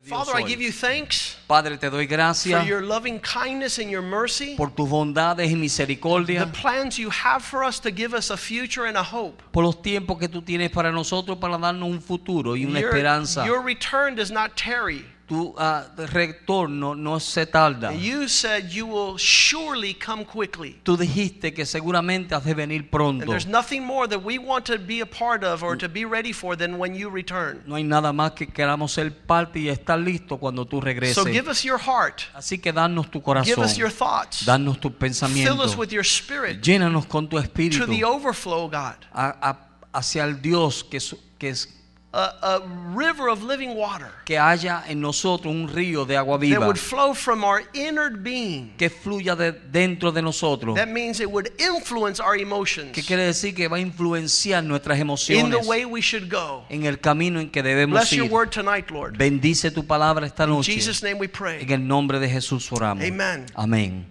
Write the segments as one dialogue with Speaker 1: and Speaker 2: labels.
Speaker 1: Dios
Speaker 2: Father, I give
Speaker 1: hoy.
Speaker 2: you thanks
Speaker 1: Padre, te doy
Speaker 2: for
Speaker 1: gracias
Speaker 2: your loving kindness and your mercy.
Speaker 1: por tus bondades y
Speaker 2: The
Speaker 1: misericordia,
Speaker 2: plans you have for us to give us a future and a hope.
Speaker 1: por los tiempos que tú tienes para nosotros para darnos un futuro y una
Speaker 2: Your-
Speaker 1: esperanza.
Speaker 2: Your return does not tarry.
Speaker 1: Tu ah, retorno no se tarda.
Speaker 2: And you said you will surely come quickly.
Speaker 1: Tú dijiste que seguramente has de venir
Speaker 2: And
Speaker 1: pronto.
Speaker 2: there's nothing more that we want to be a part of or to be ready for than when you return.
Speaker 1: No hay nada más que queramos ser parte y estar listo cuando tú
Speaker 2: So
Speaker 1: regreses.
Speaker 2: give us your heart.
Speaker 1: Así que danos tu
Speaker 2: Give
Speaker 1: corazón,
Speaker 2: us your thoughts.
Speaker 1: danos tus
Speaker 2: Fill us
Speaker 1: pensamientos,
Speaker 2: with your spirit
Speaker 1: llénanos con tu
Speaker 2: to
Speaker 1: espíritu
Speaker 2: the overflow, God.
Speaker 1: a- a- hacia el Dios que, su- que, es-
Speaker 2: A, a river of living water
Speaker 1: que haya en nosotros un río de agua
Speaker 2: that
Speaker 1: viva
Speaker 2: would flow from our inner being.
Speaker 1: que fluya de dentro de nosotros.
Speaker 2: That means it would influence our
Speaker 1: Que
Speaker 2: emotions
Speaker 1: quiere decir que va a influenciar nuestras
Speaker 2: in the
Speaker 1: emociones
Speaker 2: way we should go.
Speaker 1: en el camino en que debemos
Speaker 2: Bless your
Speaker 1: ir.
Speaker 2: word tonight, Lord.
Speaker 1: Bendice tu palabra esta
Speaker 2: In
Speaker 1: noche.
Speaker 2: Jesus' name we pray.
Speaker 1: En el nombre de Jesús oramos.
Speaker 2: Amen.
Speaker 1: Amén.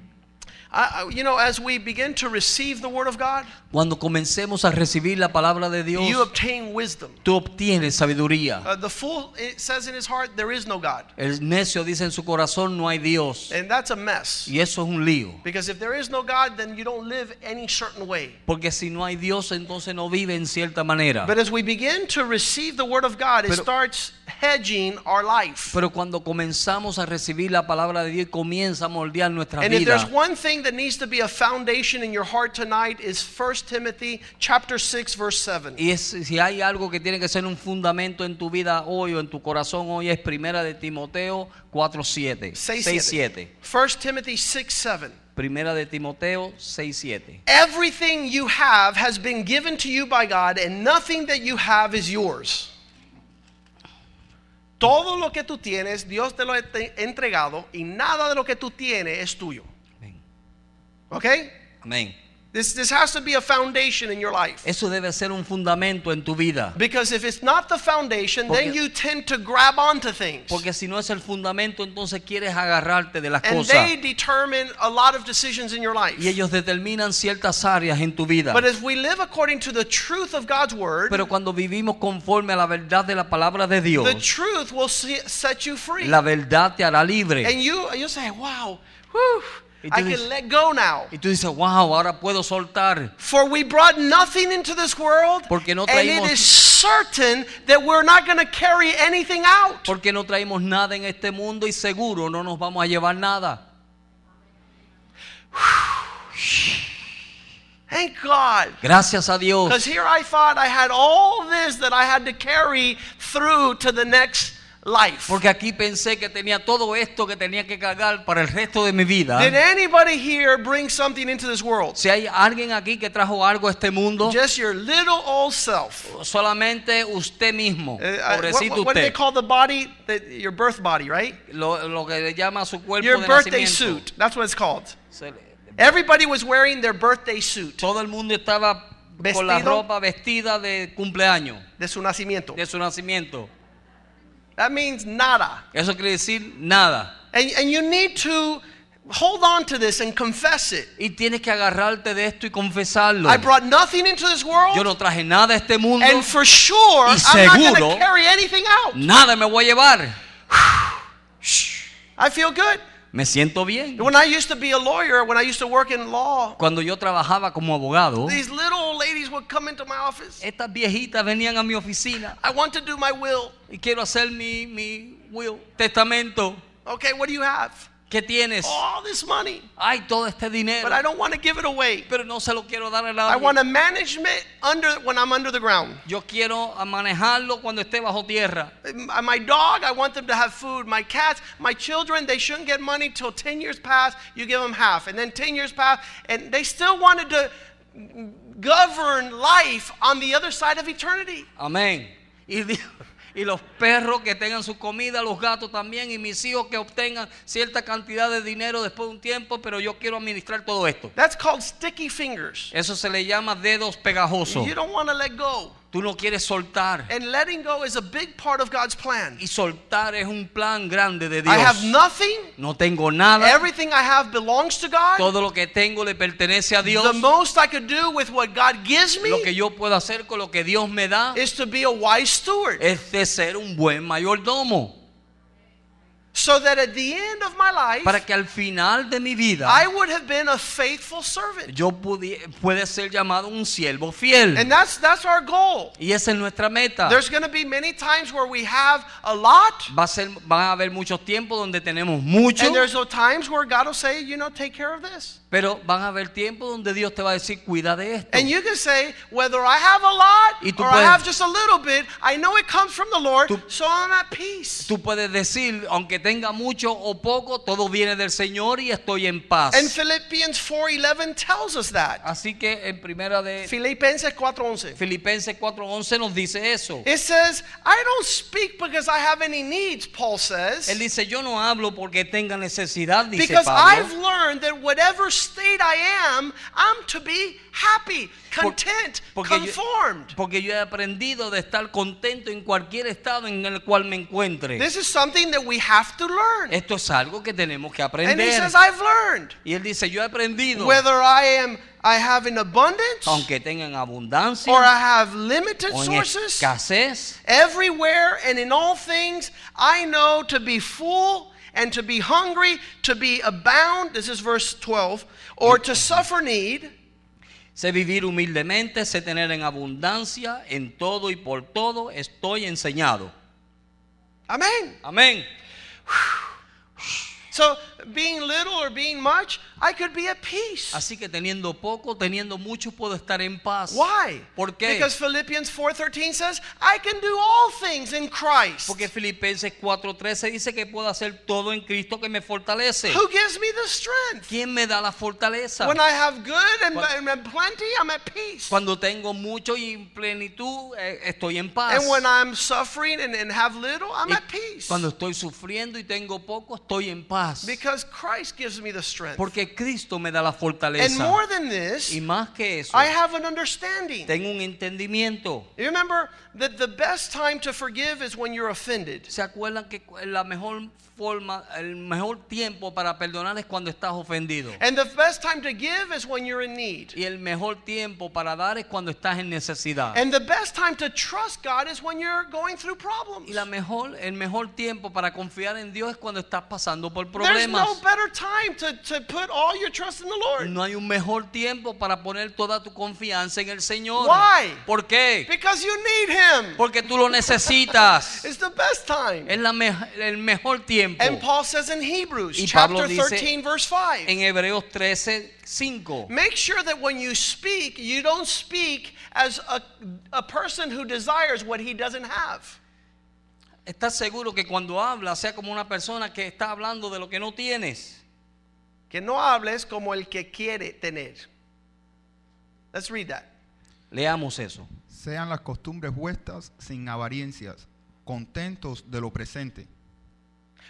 Speaker 2: I, I- you know, as we begin to receive the Word of God,
Speaker 1: Cuando comencemos a recibir la palabra de Dios,
Speaker 2: you obtain wisdom.
Speaker 1: tú obtienes sabiduría.
Speaker 2: Uh, the fool it says in his heart, There is no God.
Speaker 1: El necio dice en su corazón no hay Dios.
Speaker 2: And that's a mess.
Speaker 1: Y eso es un lío.
Speaker 2: Because if there is no God, then you don't live any certain way.
Speaker 1: Porque si no hay Dios, entonces no vive en cierta manera.
Speaker 2: But as we begin to receive the Word of God, it
Speaker 1: Pero-
Speaker 2: starts hedging our life.
Speaker 1: Pero cuando comenzamos a recibir la palabra de Dios, comienza a moldear nuestra
Speaker 2: And if there's
Speaker 1: vida.
Speaker 2: one thing that needs to be a foundation in your heart tonight is 1 Timothy chapter 6 verse 7.
Speaker 1: Y es- si hay algo que tiene que ser un fundamento en tu vida hoy o en tu corazón hoy, es primera de Timoteo 4.7. 6.7.
Speaker 2: 1 Timothy 6 7.
Speaker 1: Primera de Timoteo 6.7.
Speaker 2: Everything you have has been given to you by God, and nothing that you have is yours. Todo lo que tú tienes, Dios te lo ha te- entregado, y nada de lo que tú tienes es tuyo.
Speaker 1: Amén.
Speaker 2: Okay?
Speaker 1: Amén.
Speaker 2: This, this has to be a foundation in your life.
Speaker 1: Eso debe ser un fundamento en tu vida.
Speaker 2: Because if it's not the foundation, then
Speaker 1: Porque-
Speaker 2: you tend to grab onto things.
Speaker 1: Porque si no es el fundamento, entonces quieres agarrarte de las
Speaker 2: And
Speaker 1: cosas.
Speaker 2: they determine a lot of decisions in your life.
Speaker 1: Y ellos determinan ciertas áreas en tu vida.
Speaker 2: But as we live according to the truth of God's word,
Speaker 1: Pero cuando vivimos conforme a la verdad de la palabra de
Speaker 2: the
Speaker 1: Dios,
Speaker 2: truth will se- set you free.
Speaker 1: la verdad te hará
Speaker 2: And
Speaker 1: libre.
Speaker 2: you you say, wow, whew,
Speaker 1: Y tú
Speaker 2: I can
Speaker 1: dices-
Speaker 2: let go now.
Speaker 1: Y tú dices, wow, ahora puedo soltar.
Speaker 2: For we brought nothing into this world,
Speaker 1: Porque no
Speaker 2: and it
Speaker 1: traímos-
Speaker 2: is certain that we're not going to carry anything out.
Speaker 1: Porque no traemos nada en este mundo y seguro no nos vamos a llevar nada.
Speaker 2: Thank God.
Speaker 1: Gracias a
Speaker 2: Because
Speaker 1: Dios.
Speaker 2: here I thought I had all this that I had to carry through to the next life.
Speaker 1: Porque aquí pensé que tenía todo esto que tenía que cargar para el resto de mi vida.
Speaker 2: Did anybody here bring something into this world?
Speaker 1: Si hay alguien aquí que trajo algo a este mundo,
Speaker 2: Just your little old self.
Speaker 1: solamente usted mismo,
Speaker 2: Uh, I- what,
Speaker 1: pobrecito
Speaker 2: what- what do they
Speaker 1: usted,
Speaker 2: call the body? The- your birth body, right?
Speaker 1: lo, lo que le llama su cuerpo
Speaker 2: Your
Speaker 1: de
Speaker 2: birthday
Speaker 1: nacimiento.
Speaker 2: suit. That's what it's called.
Speaker 1: Se le-
Speaker 2: Everybody was wearing their birthday suit
Speaker 1: Todo el mundo estaba
Speaker 2: Vestido.
Speaker 1: con la ropa vestida de cumpleaños,
Speaker 2: de su nacimiento.
Speaker 1: de su nacimiento.
Speaker 2: That means nada.
Speaker 1: Eso quiere decir nada.
Speaker 2: And, and you need to hold on to this and confess it.
Speaker 1: Y tienes que agarrarte de esto y confesarlo.
Speaker 2: I brought nothing into this
Speaker 1: Yo
Speaker 2: world,
Speaker 1: no traje nada a este mundo.
Speaker 2: and for sure,
Speaker 1: Y
Speaker 2: I'm not going to
Speaker 1: seguro-
Speaker 2: carry anything out.
Speaker 1: Nada me voy a llevar.
Speaker 2: I feel good.
Speaker 1: Me siento bien.
Speaker 2: When I used to be a lawyer, when I used to work in law,
Speaker 1: Cuando yo trabajaba como abogado,
Speaker 2: these little old ladies would come into my office.
Speaker 1: estas viejitas venían a mi oficina
Speaker 2: I want to do my will.
Speaker 1: y quiero hacer mi, mi will, testamento.
Speaker 2: Okay, what do you have?
Speaker 1: ¿Qué tienes?
Speaker 2: All this money,
Speaker 1: Ay, todo este dinero.
Speaker 2: Oh. but I don't want to give it away.
Speaker 1: Pero no se lo quiero dar a
Speaker 2: I want
Speaker 1: nadie.
Speaker 2: to management under when I'm under the ground.
Speaker 1: Yo quiero a manejarlo cuando esté bajo tierra.
Speaker 2: My Uh, my dog, I want them to have food. My cats, my children, they shouldn't get money till 10 years pass. You give them half. And then 10 years pass, and they still wanted to govern life on the other side of eternity.
Speaker 1: Amén. Y, di- y los perros que tengan su comida, los gatos también, y mis hijos que obtengan cierta cantidad de dinero después de un tiempo, pero yo quiero administrar todo esto.
Speaker 2: That's called sticky fingers.
Speaker 1: Eso se le llama dedos pegajosos.
Speaker 2: You don't want to let go.
Speaker 1: Tú no quieres soltar.
Speaker 2: And letting go is a big part of God's plan.
Speaker 1: Y soltar es un plan grande de
Speaker 2: I have
Speaker 1: Dios.
Speaker 2: nothing.
Speaker 1: No tengo nada.
Speaker 2: Everything I have belongs to God.
Speaker 1: Todo lo que tengo le pertenece a Dios.
Speaker 2: The most I could do with what God gives
Speaker 1: Lo que
Speaker 2: me
Speaker 1: yo puedo hacer con lo que Dios me da Eh.
Speaker 2: is to be a wise steward.
Speaker 1: es de ser un buen mayordomo.
Speaker 2: so that at the end of my life,
Speaker 1: para que al final de mi
Speaker 2: I
Speaker 1: vida
Speaker 2: would have been a faithful servant.
Speaker 1: yo pudi- pueda ser llamado un siervo fiel.
Speaker 2: And that's, that's our goal.
Speaker 1: Y esa es nuestra meta.
Speaker 2: There's going to be many times where we have a lot,
Speaker 1: Va a ser, van a haber muchos tiempos donde tenemos mucho,
Speaker 2: and there's no times where God will say, you know, take care of this.
Speaker 1: pero van a haber tiempos donde Dios te va a decir, cuida de esto.
Speaker 2: And you can say, whether I have a
Speaker 1: Y
Speaker 2: lot
Speaker 1: tú
Speaker 2: or I
Speaker 1: puedes-
Speaker 2: have just a little bit, I know it comes from the Lord,
Speaker 1: Tú-
Speaker 2: so I'm at peace.
Speaker 1: Tú puedes decir, aunque tenga mucho o poco, todo viene del Señor y estoy en paz.
Speaker 2: And Philippians 4:11 tells us that.
Speaker 1: Así que en primera de
Speaker 2: Filipenses 4:11.
Speaker 1: Filipenses 4:11 nos dice eso.
Speaker 2: It says, I don't speak because I have any needs, Paul
Speaker 1: Él
Speaker 2: says.
Speaker 1: dice, yo no hablo porque tenga necesidad, dice
Speaker 2: Because I've
Speaker 1: Pablo.
Speaker 2: learned that whatever state I am, I'm to be happy,
Speaker 1: Por-
Speaker 2: content,
Speaker 1: porque yo-
Speaker 2: conformed.
Speaker 1: Porque yo he aprendido de estar contento en cualquier estado en el cual me encuentre.
Speaker 2: This is something that we have to learn.
Speaker 1: Esto es algo que tenemos que
Speaker 2: And he
Speaker 1: aprender.
Speaker 2: says, I've learned.
Speaker 1: Y él dice, yo he aprendido,
Speaker 2: Whether I am I have in abundance
Speaker 1: aunque tengan abundancia
Speaker 2: or I have limited
Speaker 1: o en
Speaker 2: sources,
Speaker 1: escasez,
Speaker 2: everywhere and in all things, I know to be full and to be hungry, to be abound, this is verse 12, or to suffer need.
Speaker 1: sé vivir humildemente, sé tener en abundancia, en todo y por todo estoy enseñado.
Speaker 2: Amen.
Speaker 1: Amén.
Speaker 2: So being little or being much, I could be at peace.
Speaker 1: Así que teniendo poco, teniendo mucho, puedo estar en paz.
Speaker 2: Why?
Speaker 1: ¿Por qué?
Speaker 2: Because Philippians 4:13 says, I can do all things in Christ.
Speaker 1: Porque Filipenses 4:13 dice que puedo hacer todo en Cristo que me fortalece.
Speaker 2: Who gives me the strength?
Speaker 1: ¿Quién me da la fortaleza?
Speaker 2: When I have good and,
Speaker 1: Cuan-
Speaker 2: and plenty, I'm at peace.
Speaker 1: Cuando tengo mucho y en plenitud, eh, estoy en paz.
Speaker 2: And when I'm suffering and, and have little, I'm
Speaker 1: Y
Speaker 2: at peace.
Speaker 1: Cuando estoy sufriendo y tengo poco, estoy en paz.
Speaker 2: Because Christ gives me the strength.
Speaker 1: Porque Cristo me da la
Speaker 2: And
Speaker 1: fortaleza.
Speaker 2: more than this,
Speaker 1: Y más que eso,
Speaker 2: I have an understanding.
Speaker 1: tengo un entendimiento.
Speaker 2: You remember that the best time to forgive is when you're offended.
Speaker 1: ¿Se acuerdan que cu- la mejor forma, el mejor tiempo para perdonar es cuando estás ofendido?
Speaker 2: And the best time to give is when you're in need.
Speaker 1: Y el mejor tiempo para dar es cuando estás en necesidad.
Speaker 2: And the best time to trust God is when you're going through problems.
Speaker 1: Y la mejor, el mejor tiempo para confiar en Dios es cuando estás pasando por
Speaker 2: There's no
Speaker 1: problemas.
Speaker 2: better time to, to put all your trust in the Lord.
Speaker 1: No hay un mejor tiempo para poner toda tu confianza en el Señor.
Speaker 2: Why?
Speaker 1: ¿Por qué?
Speaker 2: Because you need Him.
Speaker 1: Porque tú lo necesitas.
Speaker 2: It's the best time.
Speaker 1: Es la me- el mejor tiempo.
Speaker 2: And Paul says in Hebrews
Speaker 1: Y Pablo
Speaker 2: chapter
Speaker 1: dice
Speaker 2: 13 verse 5.
Speaker 1: En Hebreos 13, 5.
Speaker 2: Make sure that when you speak, you don't speak as a, a person who desires what he doesn't have.
Speaker 1: ¿Estás seguro que cuando hablas sea como una persona que está hablando de lo que no tienes?
Speaker 2: Que no hables como el que quiere tener. Let's read that.
Speaker 1: Leamos eso.
Speaker 3: Sean las costumbres vuestras sin avariencias, contentos de lo presente.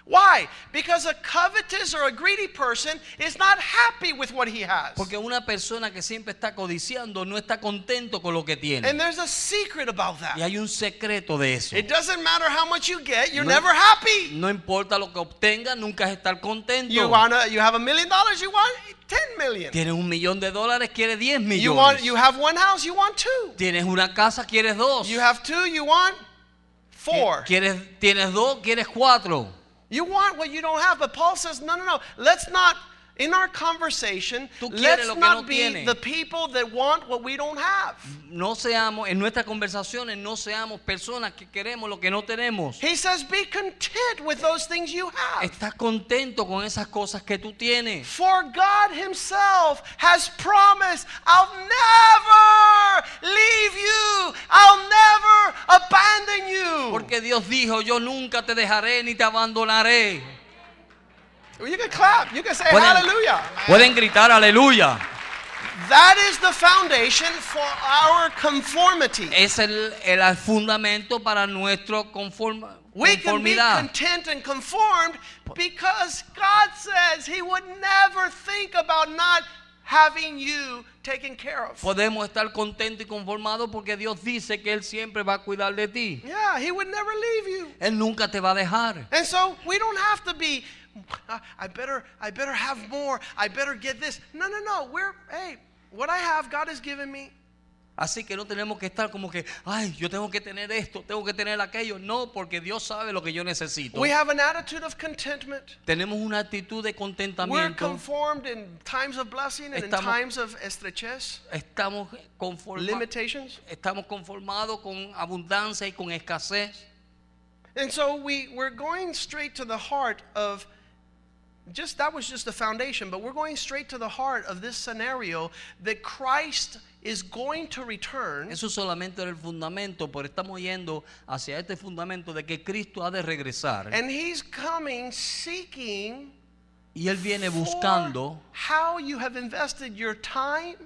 Speaker 2: Why? Because a covetous or a greedy person is not happy with what he has.
Speaker 1: Porque una persona que siempre está codiciando no está contento con lo que
Speaker 2: And
Speaker 1: tiene.
Speaker 2: there's a secret about
Speaker 1: Y
Speaker 2: that.
Speaker 1: hay un secreto de eso.
Speaker 2: It doesn't matter how much you get, you're
Speaker 1: No-
Speaker 2: never happy.
Speaker 1: No importa lo que obtengas, nunca es estar contento.
Speaker 2: You wanna you have a million dollars, you want 10 million.
Speaker 1: Tienes un millón de dólares, quieres 10 millones.
Speaker 2: You want you have one house, you want two.
Speaker 1: Tienes una casa, quieres dos.
Speaker 2: You have two, you want four.
Speaker 1: Quieres, tienes dos, quieres cuatro.
Speaker 2: You want what you don't have, but Paul says, no, no, no. Let's not, in our conversation,
Speaker 1: Tú
Speaker 2: let's
Speaker 1: quieres lo que
Speaker 2: not
Speaker 1: no
Speaker 2: be
Speaker 1: tienes.
Speaker 2: the people that want what we don't have.
Speaker 1: No seamos, en nuestras conversaciones, no seamos personas que queremos lo que no tenemos.
Speaker 2: He says, be content with those things you have.
Speaker 1: Estás contento con esas cosas que tú tienes.
Speaker 2: For God Himself has promised, I'll never leave you, I'll never abandon you.
Speaker 1: Porque Dios dijo, yo nunca te dejaré ni te abandonaré.
Speaker 2: you can clap, you can say
Speaker 1: Pueden-
Speaker 2: hallelujah.
Speaker 1: Pueden gritar aleluya.
Speaker 2: That is the foundation for our conformity.
Speaker 1: Es el, el fundamento para nuestra conforma,
Speaker 2: We can be
Speaker 1: conformidad.
Speaker 2: content and conformed because God says He would never think about not having you taken care of.
Speaker 1: Podemos estar contentos y conformados porque Dios dice que Él siempre va a cuidar de ti.
Speaker 2: Yeah, He would never leave you.
Speaker 1: Él nunca te va a dejar.
Speaker 2: And so we don't have to be. "Uh, I better, I better have more. I better get this. No, no, no. We're hey, what I have, God has given me.
Speaker 1: Así que no tenemos que estar como que, ay, yo tengo que tener esto, tengo que tener aquello. No, porque Dios sabe lo que yo necesito.
Speaker 2: We have an attitude of contentment.
Speaker 1: Tenemos una actitud
Speaker 2: We're
Speaker 1: de contentamiento.
Speaker 2: conformed in times of blessing and in
Speaker 1: Estamos-
Speaker 2: times of estrechez,
Speaker 1: Estamos conformados.
Speaker 2: limitations.
Speaker 1: Estamos conformados con abundancia y con escasez.
Speaker 2: And so we, we're going straight to the heart of just that was just the foundation, but we're going straight to the heart of this scenario that Christ is going to return.
Speaker 1: Eso solamente era el fundamento, pero estamos yendo hacia este fundamento de que Cristo ha de regresar.
Speaker 2: And he's coming seeking
Speaker 1: Y Él viene
Speaker 2: for
Speaker 1: buscando
Speaker 2: how you have invested your time,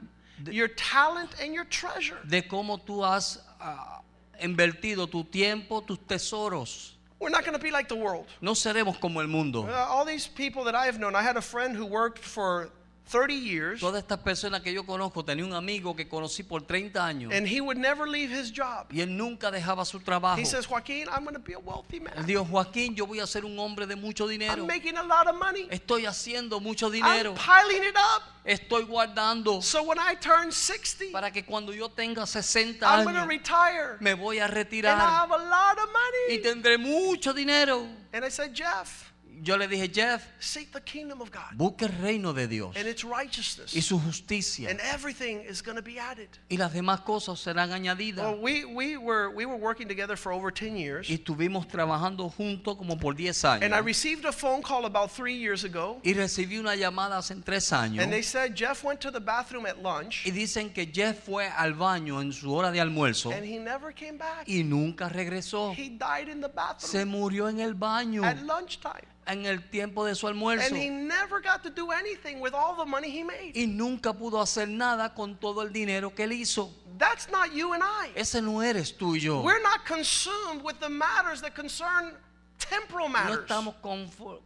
Speaker 2: your talent, and your treasure.
Speaker 1: de cómo tú has ah, invertido tu tiempo, tus tesoros.
Speaker 2: We're not going to be like the world.
Speaker 1: No seremos como el mundo.
Speaker 2: Uh, all these people that I have known, I had a friend who worked for 30 years,
Speaker 1: Todas estas personas que yo conozco, tenía un amigo que conocí por 30 años
Speaker 2: and he would never leave his job.
Speaker 1: y él nunca dejaba su trabajo.
Speaker 2: He says, Joaquin, I'm going to be a wealthy
Speaker 1: Él
Speaker 2: man.
Speaker 1: dijo, Joaquín, yo voy a ser un hombre de mucho dinero.
Speaker 2: I'm making a lot of money.
Speaker 1: Estoy haciendo mucho
Speaker 2: I'm
Speaker 1: dinero.
Speaker 2: piling it up.
Speaker 1: Estoy guardando
Speaker 2: So when I turn 60,
Speaker 1: para que cuando yo tenga 60
Speaker 2: I'm going to
Speaker 1: años
Speaker 2: retire.
Speaker 1: me voy a
Speaker 2: And I
Speaker 1: retirar
Speaker 2: have a lot of
Speaker 1: y
Speaker 2: money.
Speaker 1: tendré mucho dinero.
Speaker 2: And I said, Jeff,
Speaker 1: Yo le dije, Jeff,
Speaker 2: seek the kingdom of God
Speaker 1: busca el reino de Dios
Speaker 2: and its righteousness.
Speaker 1: y su justicia
Speaker 2: and everything is going to be added.
Speaker 1: y las demás cosas serán
Speaker 2: Well,
Speaker 1: añadidas.
Speaker 2: we, we, were, we were working together for over 10 years,
Speaker 1: Y estuvimos trabajando juntos como por 10
Speaker 2: and I
Speaker 1: años.
Speaker 2: received a phone call about three years ago,
Speaker 1: Y recibí una llamada hace 3 años.
Speaker 2: and they said Jeff went to the bathroom at lunch,
Speaker 1: Y dicen que Jeff fue al baño en su hora de almuerzo
Speaker 2: and he never came back.
Speaker 1: y nunca regresó.
Speaker 2: He died in the
Speaker 1: Se
Speaker 2: bathroom
Speaker 1: murió en el baño
Speaker 2: at lunchtime,
Speaker 1: en el tiempo de su almuerzo.
Speaker 2: and he never got to do anything with all the money he made.
Speaker 1: y nunca pudo hacer nada con todo el dinero que él hizo.
Speaker 2: That's not you and I.
Speaker 1: Ese no eres tú y yo.
Speaker 2: We're not consumed with the matters that concern temporal
Speaker 1: No
Speaker 2: matters.
Speaker 1: estamos confo-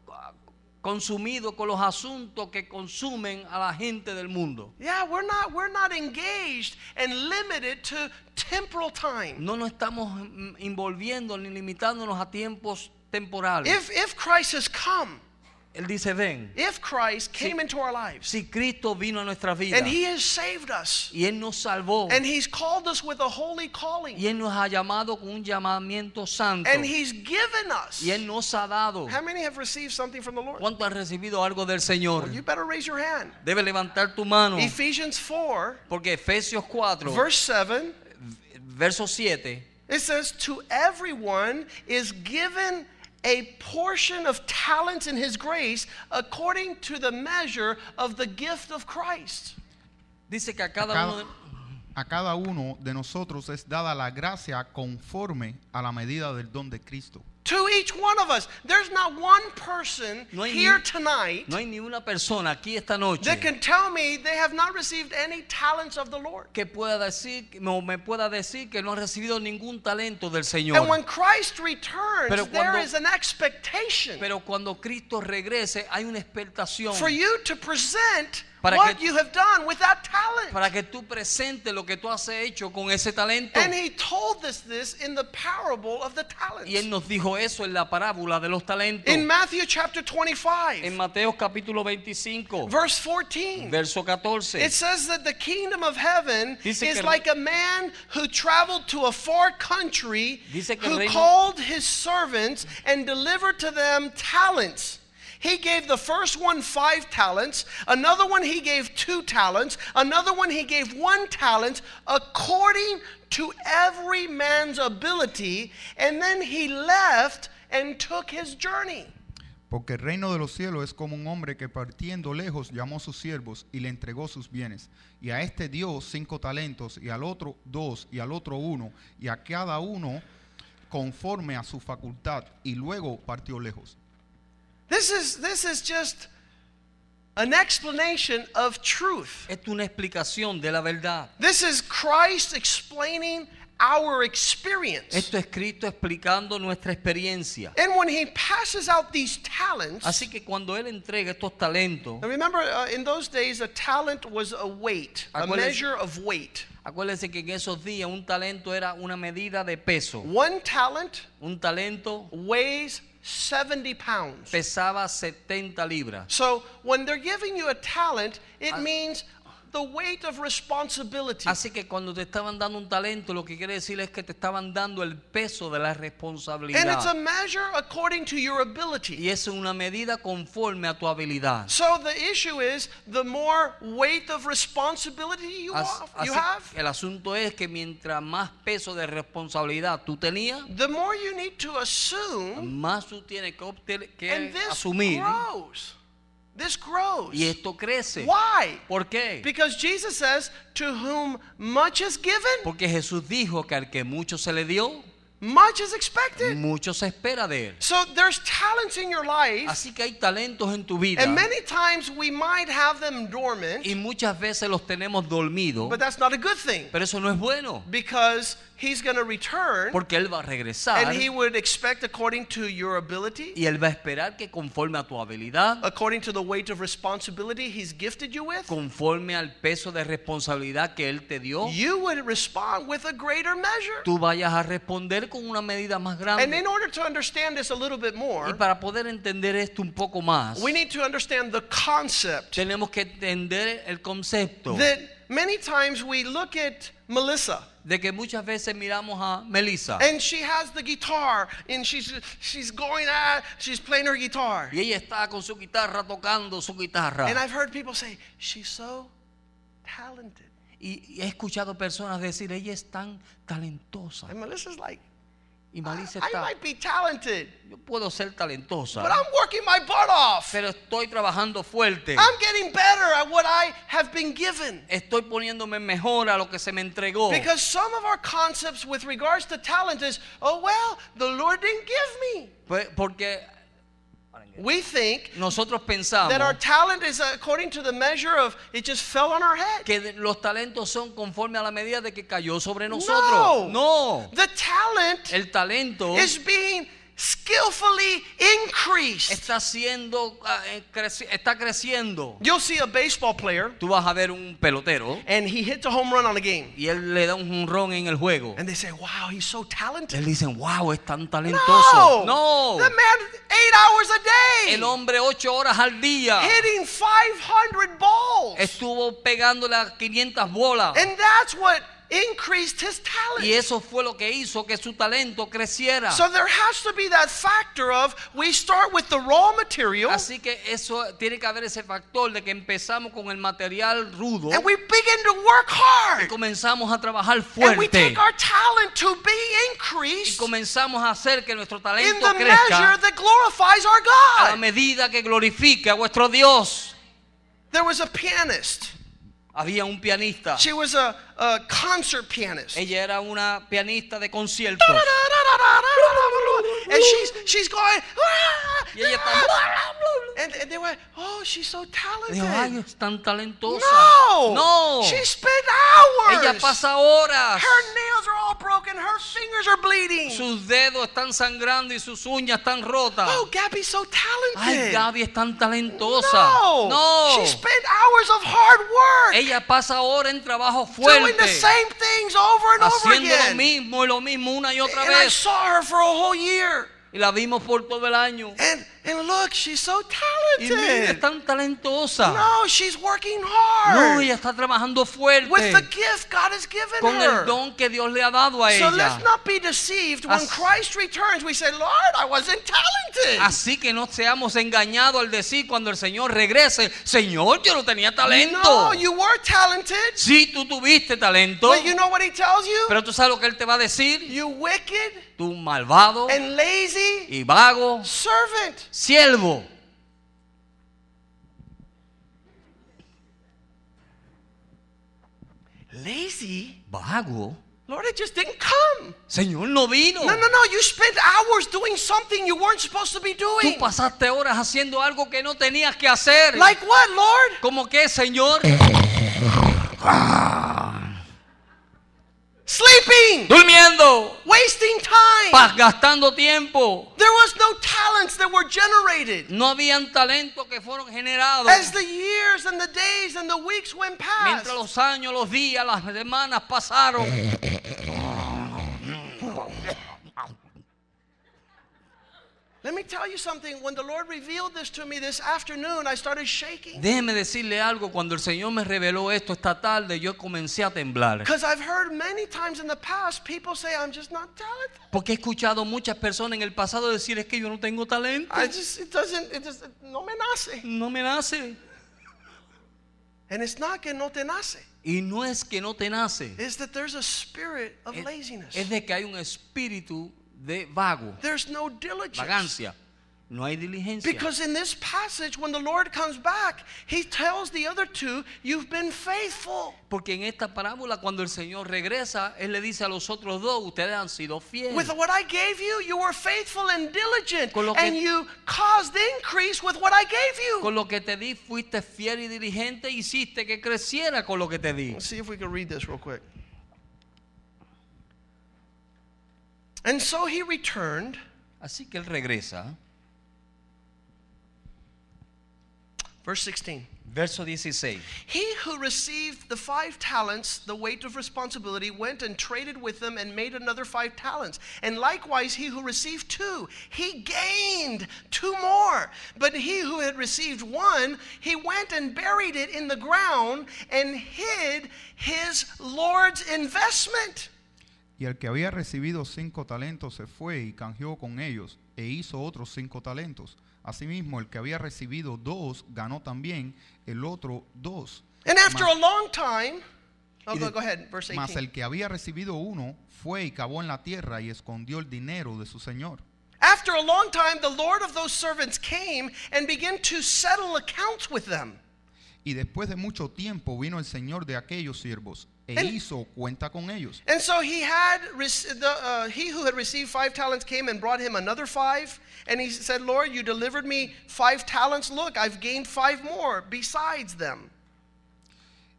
Speaker 1: consumidos con los asuntos que consumen a la gente del mundo.
Speaker 2: Yeah, we're not we're not engaged and limited to temporal time.
Speaker 1: No nos estamos mm, envolviendo ni limitándonos a tiempos temporales.
Speaker 2: If, if Christ has come,
Speaker 1: él dice, ven,
Speaker 2: if Christ came
Speaker 1: Sí.
Speaker 2: into our lives
Speaker 1: si Cristo vino a nuestra vida
Speaker 2: and he has saved us
Speaker 1: y Él nos salvó
Speaker 2: and he's called us with a holy calling
Speaker 1: y Él nos ha llamado con un llamamiento santo
Speaker 2: and he's given us.
Speaker 1: y Él nos ha dado,
Speaker 2: How many have received something from the Lord?
Speaker 1: ¿cuánto has recibido algo del Señor?
Speaker 2: You better raise your hand.
Speaker 1: Debe levantar tu mano.
Speaker 2: Ephesians 4,
Speaker 1: Porque Efesios 4,
Speaker 2: verse 7,
Speaker 1: verso 7,
Speaker 2: it says, To everyone is given a portion of talents in his grace according to the measure of the gift of Christ.
Speaker 1: dice que a
Speaker 3: A
Speaker 1: cada, uno
Speaker 3: cada,
Speaker 1: de-
Speaker 3: a cada uno de nosotros es dada la gracia conforme a la medida del don de Cristo.
Speaker 2: To each one of us, there's not one person
Speaker 1: No hay ni-
Speaker 2: here tonight
Speaker 1: no hay ni una persona aquí esta noche
Speaker 2: that can tell me they have not received any talents of the Lord.
Speaker 1: que pueda decir, no me pueda decir que no ha recibido ningún talento del
Speaker 2: And when
Speaker 1: Señor.
Speaker 2: Christ returns,
Speaker 1: Pero
Speaker 2: there
Speaker 1: cuando-
Speaker 2: is an expectation
Speaker 1: Pero cuando Cristo regrese hay una expectación
Speaker 2: for you to present
Speaker 1: Para
Speaker 2: what
Speaker 1: que-
Speaker 2: you have done with that talent.
Speaker 1: para que tú presentes lo que tú has hecho con ese talento.
Speaker 2: and he told us this in the parable of the talents.
Speaker 1: Y Él nos dijo eso en la parábola de los talentos.
Speaker 2: in Matthew chapter 25,
Speaker 1: En Mateo capítulo 25,
Speaker 2: verse 14.
Speaker 1: verso 14.
Speaker 2: It says that the kingdom of heaven
Speaker 1: Dice que
Speaker 2: is
Speaker 1: el-
Speaker 2: like a man who traveled to a far country
Speaker 1: Dice que el
Speaker 2: who
Speaker 1: reino-
Speaker 2: called his servants and delivered to them talents. He gave the first one five talents, another one he gave two talents, another one he gave one talent, according to every man's ability, and then he left and took his journey.
Speaker 3: Porque el reino de los cielos es como un hombre que partiendo lejos llamó a sus siervos y le entregó sus bienes. Y a este dio cinco talentos, y al otro dos, y al otro uno, y a cada uno conforme a su facultad. Y luego partió lejos.
Speaker 2: This is this is just an explanation of truth.
Speaker 1: Esto es una explicación de la verdad.
Speaker 2: This is Christ explaining our experience.
Speaker 1: Esto es Cristo explicando nuestra experiencia.
Speaker 2: And when he passes out these talents,
Speaker 1: Así que cuando Él entrega estos talentos,
Speaker 2: now remember uh, in those days a talent was a weight, a
Speaker 1: Acuérdense-
Speaker 2: measure of weight.
Speaker 1: acuérdense que en esos días un talento era una medida de peso.
Speaker 2: One talent
Speaker 1: Un talento
Speaker 2: weighs 70 pounds.
Speaker 1: pesaba 70 libras.
Speaker 2: So when they're giving you a talent, it
Speaker 1: Ah.
Speaker 2: means the weight of responsibility.
Speaker 1: Así que cuando te estaban dando un talento, lo que quiere decir es que te estaban dando el peso de la
Speaker 2: And it's a
Speaker 1: responsabilidad.
Speaker 2: measure according to your ability.
Speaker 1: Y es una medida conforme a tu habilidad.
Speaker 2: So the issue is the more weight of responsibility you,
Speaker 1: As-
Speaker 2: have,
Speaker 1: así-
Speaker 2: you have,
Speaker 1: el asunto es que mientras más peso de responsabilidad tú tenías,
Speaker 2: the more you need to assume,
Speaker 1: más tú tienes que, obtener- que
Speaker 2: and this
Speaker 1: asumir.
Speaker 2: grows. This grows.
Speaker 1: Y esto crece.
Speaker 2: Why?
Speaker 1: ¿Por qué?
Speaker 2: Because Jesus says, To whom much is given,
Speaker 1: Porque Jesús dijo que al que mucho se le dio,
Speaker 2: much is expected.
Speaker 1: mucho se espera de él.
Speaker 2: So there's talents in your life,
Speaker 1: Así que hay talentos en tu vida.
Speaker 2: and many times we might have them dormant,
Speaker 1: Y muchas veces los tenemos dormidos.
Speaker 2: but that's not a good thing
Speaker 1: Pero eso no es bueno.
Speaker 2: because He's going to return
Speaker 1: Porque Él va a regresar.
Speaker 2: and He would expect according to your ability,
Speaker 1: Y Él va a esperar que conforme a tu habilidad,
Speaker 2: according to the weight of responsibility He's gifted you with,
Speaker 1: conforme al peso de responsabilidad que Él te dio,
Speaker 2: you would respond with a greater measure.
Speaker 1: tú vayas a responder con una medida más
Speaker 2: And
Speaker 1: grande.
Speaker 2: in order to understand this a little bit
Speaker 1: Y
Speaker 2: more,
Speaker 1: para poder entender esto un poco más,
Speaker 2: we need to understand the concept
Speaker 1: tenemos que entender el concepto
Speaker 2: that many times we look at Melissa
Speaker 1: de que muchas veces miramos a Melissa
Speaker 2: and she has the guitar and she's she's going at she's playing her guitar.
Speaker 1: y ella está con su guitarra tocando su
Speaker 2: And
Speaker 1: guitarra.
Speaker 2: I've heard people say she's so talented.
Speaker 1: Y y he escuchado personas decir, ella es tan talentosa.
Speaker 2: And Melissa's like,
Speaker 1: Y
Speaker 2: I,
Speaker 1: Ah. Melissa Ah.
Speaker 2: I
Speaker 1: está,
Speaker 2: might be talented,
Speaker 1: yo puedo ser
Speaker 2: but
Speaker 1: talentosa,
Speaker 2: I'm working my butt off.
Speaker 1: pero estoy trabajando fuerte.
Speaker 2: I'm getting better at what I have been given.
Speaker 1: Estoy poniéndome mejor a lo que se me entregó.
Speaker 2: Because some of our concepts with regards to talent is, oh well, the Lord didn't give me.
Speaker 1: Pues, Porque
Speaker 2: We think
Speaker 1: nosotros pensamos
Speaker 2: that our talent is uh, according to the measure of it just fell on our head.
Speaker 1: que de- los talentos son conforme a la medida de que cayó sobre nosotros. No.
Speaker 2: The talent
Speaker 1: El talento
Speaker 2: is being skillfully increased.
Speaker 1: está siendo ah, eh, creci- está creciendo.
Speaker 2: You'll see a baseball player
Speaker 1: Tú vas a ver un pelotero
Speaker 2: and he hits a home run on a game.
Speaker 1: y él le da un jonrón en el juego.
Speaker 2: And they say, wow, he's so talented.
Speaker 1: Él dicen, "Wow, es tan
Speaker 2: No!
Speaker 1: talentoso."
Speaker 2: The man, eight hours a day,
Speaker 1: El hombre ocho horas al día
Speaker 2: hitting 500 balls.
Speaker 1: estuvo pegándole a 500 bolas.
Speaker 2: And that's what increased his talent.
Speaker 1: Y eso fue lo que hizo que su talento creciera.
Speaker 2: So there has to be that factor of we start with the raw material
Speaker 1: Así que eso tiene que haber ese factor de que empezamos con el material rudo
Speaker 2: and we begin to work
Speaker 1: y
Speaker 2: hard.
Speaker 1: comenzamos a trabajar
Speaker 2: And we
Speaker 1: fuerte
Speaker 2: take our talent to be
Speaker 1: y
Speaker 2: increased in
Speaker 1: comenzamos a hacer que nuestro talento
Speaker 2: the measure
Speaker 1: crezca
Speaker 2: that glorifies our
Speaker 1: a la
Speaker 2: God.
Speaker 1: medida que glorifique a vuestro Dios.
Speaker 2: There was a pianist.
Speaker 1: Había un pianista.
Speaker 2: She was a, a concert pianist.
Speaker 1: Ella era una pianista de conciertos.
Speaker 2: And she's she's going "Ah!"
Speaker 1: Y ella está-
Speaker 2: and, and they went, Oh, she's so
Speaker 1: Dijo, ay,
Speaker 2: talented.
Speaker 1: es tan talentosa.
Speaker 2: No!
Speaker 1: No.
Speaker 2: She spent hours.
Speaker 1: Ella pasa horas.
Speaker 2: Her nails are all broken. Her fingers are bleeding.
Speaker 1: Sus dedos están sangrando y sus uñas están rotas.
Speaker 2: oh, Gabby's so
Speaker 1: Ay,
Speaker 2: talented.
Speaker 1: Gaby es tan talentosa.
Speaker 2: no.
Speaker 1: No.
Speaker 2: She spent hours of hard work
Speaker 1: Ella pasa ahora en trabajo
Speaker 2: doing the
Speaker 1: fuerte,
Speaker 2: same things over and over
Speaker 1: haciendo lo
Speaker 2: again.
Speaker 1: mismo y lo mismo una y otra
Speaker 2: and I
Speaker 1: vez.
Speaker 2: saw her for a whole year.
Speaker 1: Y la vimos por todo el año.
Speaker 2: And and look, she's so
Speaker 1: Y mira, es
Speaker 2: talented.
Speaker 1: tan talentosa.
Speaker 2: No, she's working hard
Speaker 1: No, ella está trabajando
Speaker 2: with the
Speaker 1: fuerte
Speaker 2: gift God has given
Speaker 1: con
Speaker 2: her.
Speaker 1: el don que Dios le ha dado a
Speaker 2: So let's
Speaker 1: ella.
Speaker 2: not be deceived when
Speaker 1: As-
Speaker 2: Christ returns. We say, Lord, I wasn't talented.
Speaker 1: Así que no seamos engañados al decir cuando el Señor regrese, Señor, yo no tenía
Speaker 2: No,
Speaker 1: talento.
Speaker 2: you were talented.
Speaker 1: Sí, tú tuviste talento,
Speaker 2: But you know what he tells you?
Speaker 1: pero tú sabes lo que Él te va a decir.
Speaker 2: You wicked
Speaker 1: Tú malvado
Speaker 2: and lazy
Speaker 1: y vago,
Speaker 2: servant.
Speaker 1: siervo.
Speaker 2: Lazy?
Speaker 1: Vago.
Speaker 2: Lord, it just didn't come.
Speaker 1: Señor, no vino.
Speaker 2: No, no, no. You spent hours doing something you weren't supposed to be doing.
Speaker 1: Tú pasaste horas haciendo algo que no tenías que hacer.
Speaker 2: Like what, Lord?
Speaker 1: ¿Cómo que, Señor?
Speaker 2: Sleeping,
Speaker 1: Durmiendo,
Speaker 2: wasting time.
Speaker 1: pas- gastando tiempo.
Speaker 2: There was no talents that were generated.
Speaker 1: No habían talentos que fueron generados.
Speaker 2: As the years and the days and the weeks went past,
Speaker 1: Mientras los años, los días, las semanas pasaron.
Speaker 2: Let me tell you something. When the Lord revealed this to me this afternoon, I started shaking.
Speaker 1: Déjeme decirle algo, cuando el Señor me reveló esto esta tarde, yo comencé a temblar.
Speaker 2: Because I've heard many times in the past people say, I'm just not talented.
Speaker 1: Porque he escuchado muchas personas en el pasado decir es que yo no tengo talento,
Speaker 2: I just, it doesn't, it just, no me nace.
Speaker 1: no me nace.
Speaker 2: And it's not que no te nace.
Speaker 1: Y no es que no te nace,
Speaker 2: It's that there's a spirit of
Speaker 1: es,
Speaker 2: laziness.
Speaker 1: es de que hay un espíritu de vago,
Speaker 2: There's no diligence.
Speaker 1: vagancia, no hay diligencia.
Speaker 2: Because in this passage, when the Lord comes back, he tells the other two, You've been faithful.
Speaker 1: Porque en esta parábola, cuando el Señor regresa, Él le dice a los otros dos, ustedes han sido fieles.
Speaker 2: With what I gave you, you were faithful and diligent,
Speaker 1: Mm. Con lo que-
Speaker 2: and you caused increase with what I gave you.
Speaker 1: Con lo que te di, fuiste fiel y diligente, hiciste que creciera con lo que te di.
Speaker 2: Let's see if we can read this real quick. And so he returned.
Speaker 1: Así que Él regresa.
Speaker 2: Verse 16.
Speaker 1: Verso 16.
Speaker 2: He who received the five talents, the weight of responsibility, went and traded with them and made another five talents. And likewise, he who received two, he gained two more. But he who had received one, he went and buried it in the ground and hid his Lord's investment.
Speaker 3: Y el que había recibido cinco talentos se fue y canjeó con ellos e hizo otros cinco talentos. Asimismo, el que había recibido dos ganó también el otro dos.
Speaker 2: And after
Speaker 3: Mas-
Speaker 2: a long time, oh,
Speaker 1: Y
Speaker 2: go,
Speaker 1: de-
Speaker 2: go ahead, verse
Speaker 3: Mas
Speaker 2: 18.
Speaker 3: el que había recibido uno fue y cavó en la tierra y escondió el dinero de su señor.
Speaker 2: After a long time, the Lord of those servants came and began to settle accounts with them.
Speaker 3: Y después de mucho tiempo vino el señor de aquellos siervos e
Speaker 2: El-
Speaker 3: hizo cuenta con ellos.
Speaker 2: And so he had rec- the, uh, he who had received five talents came and brought him another five, and he said, "Lord, you delivered me five talents. Look, I've gained five more besides them."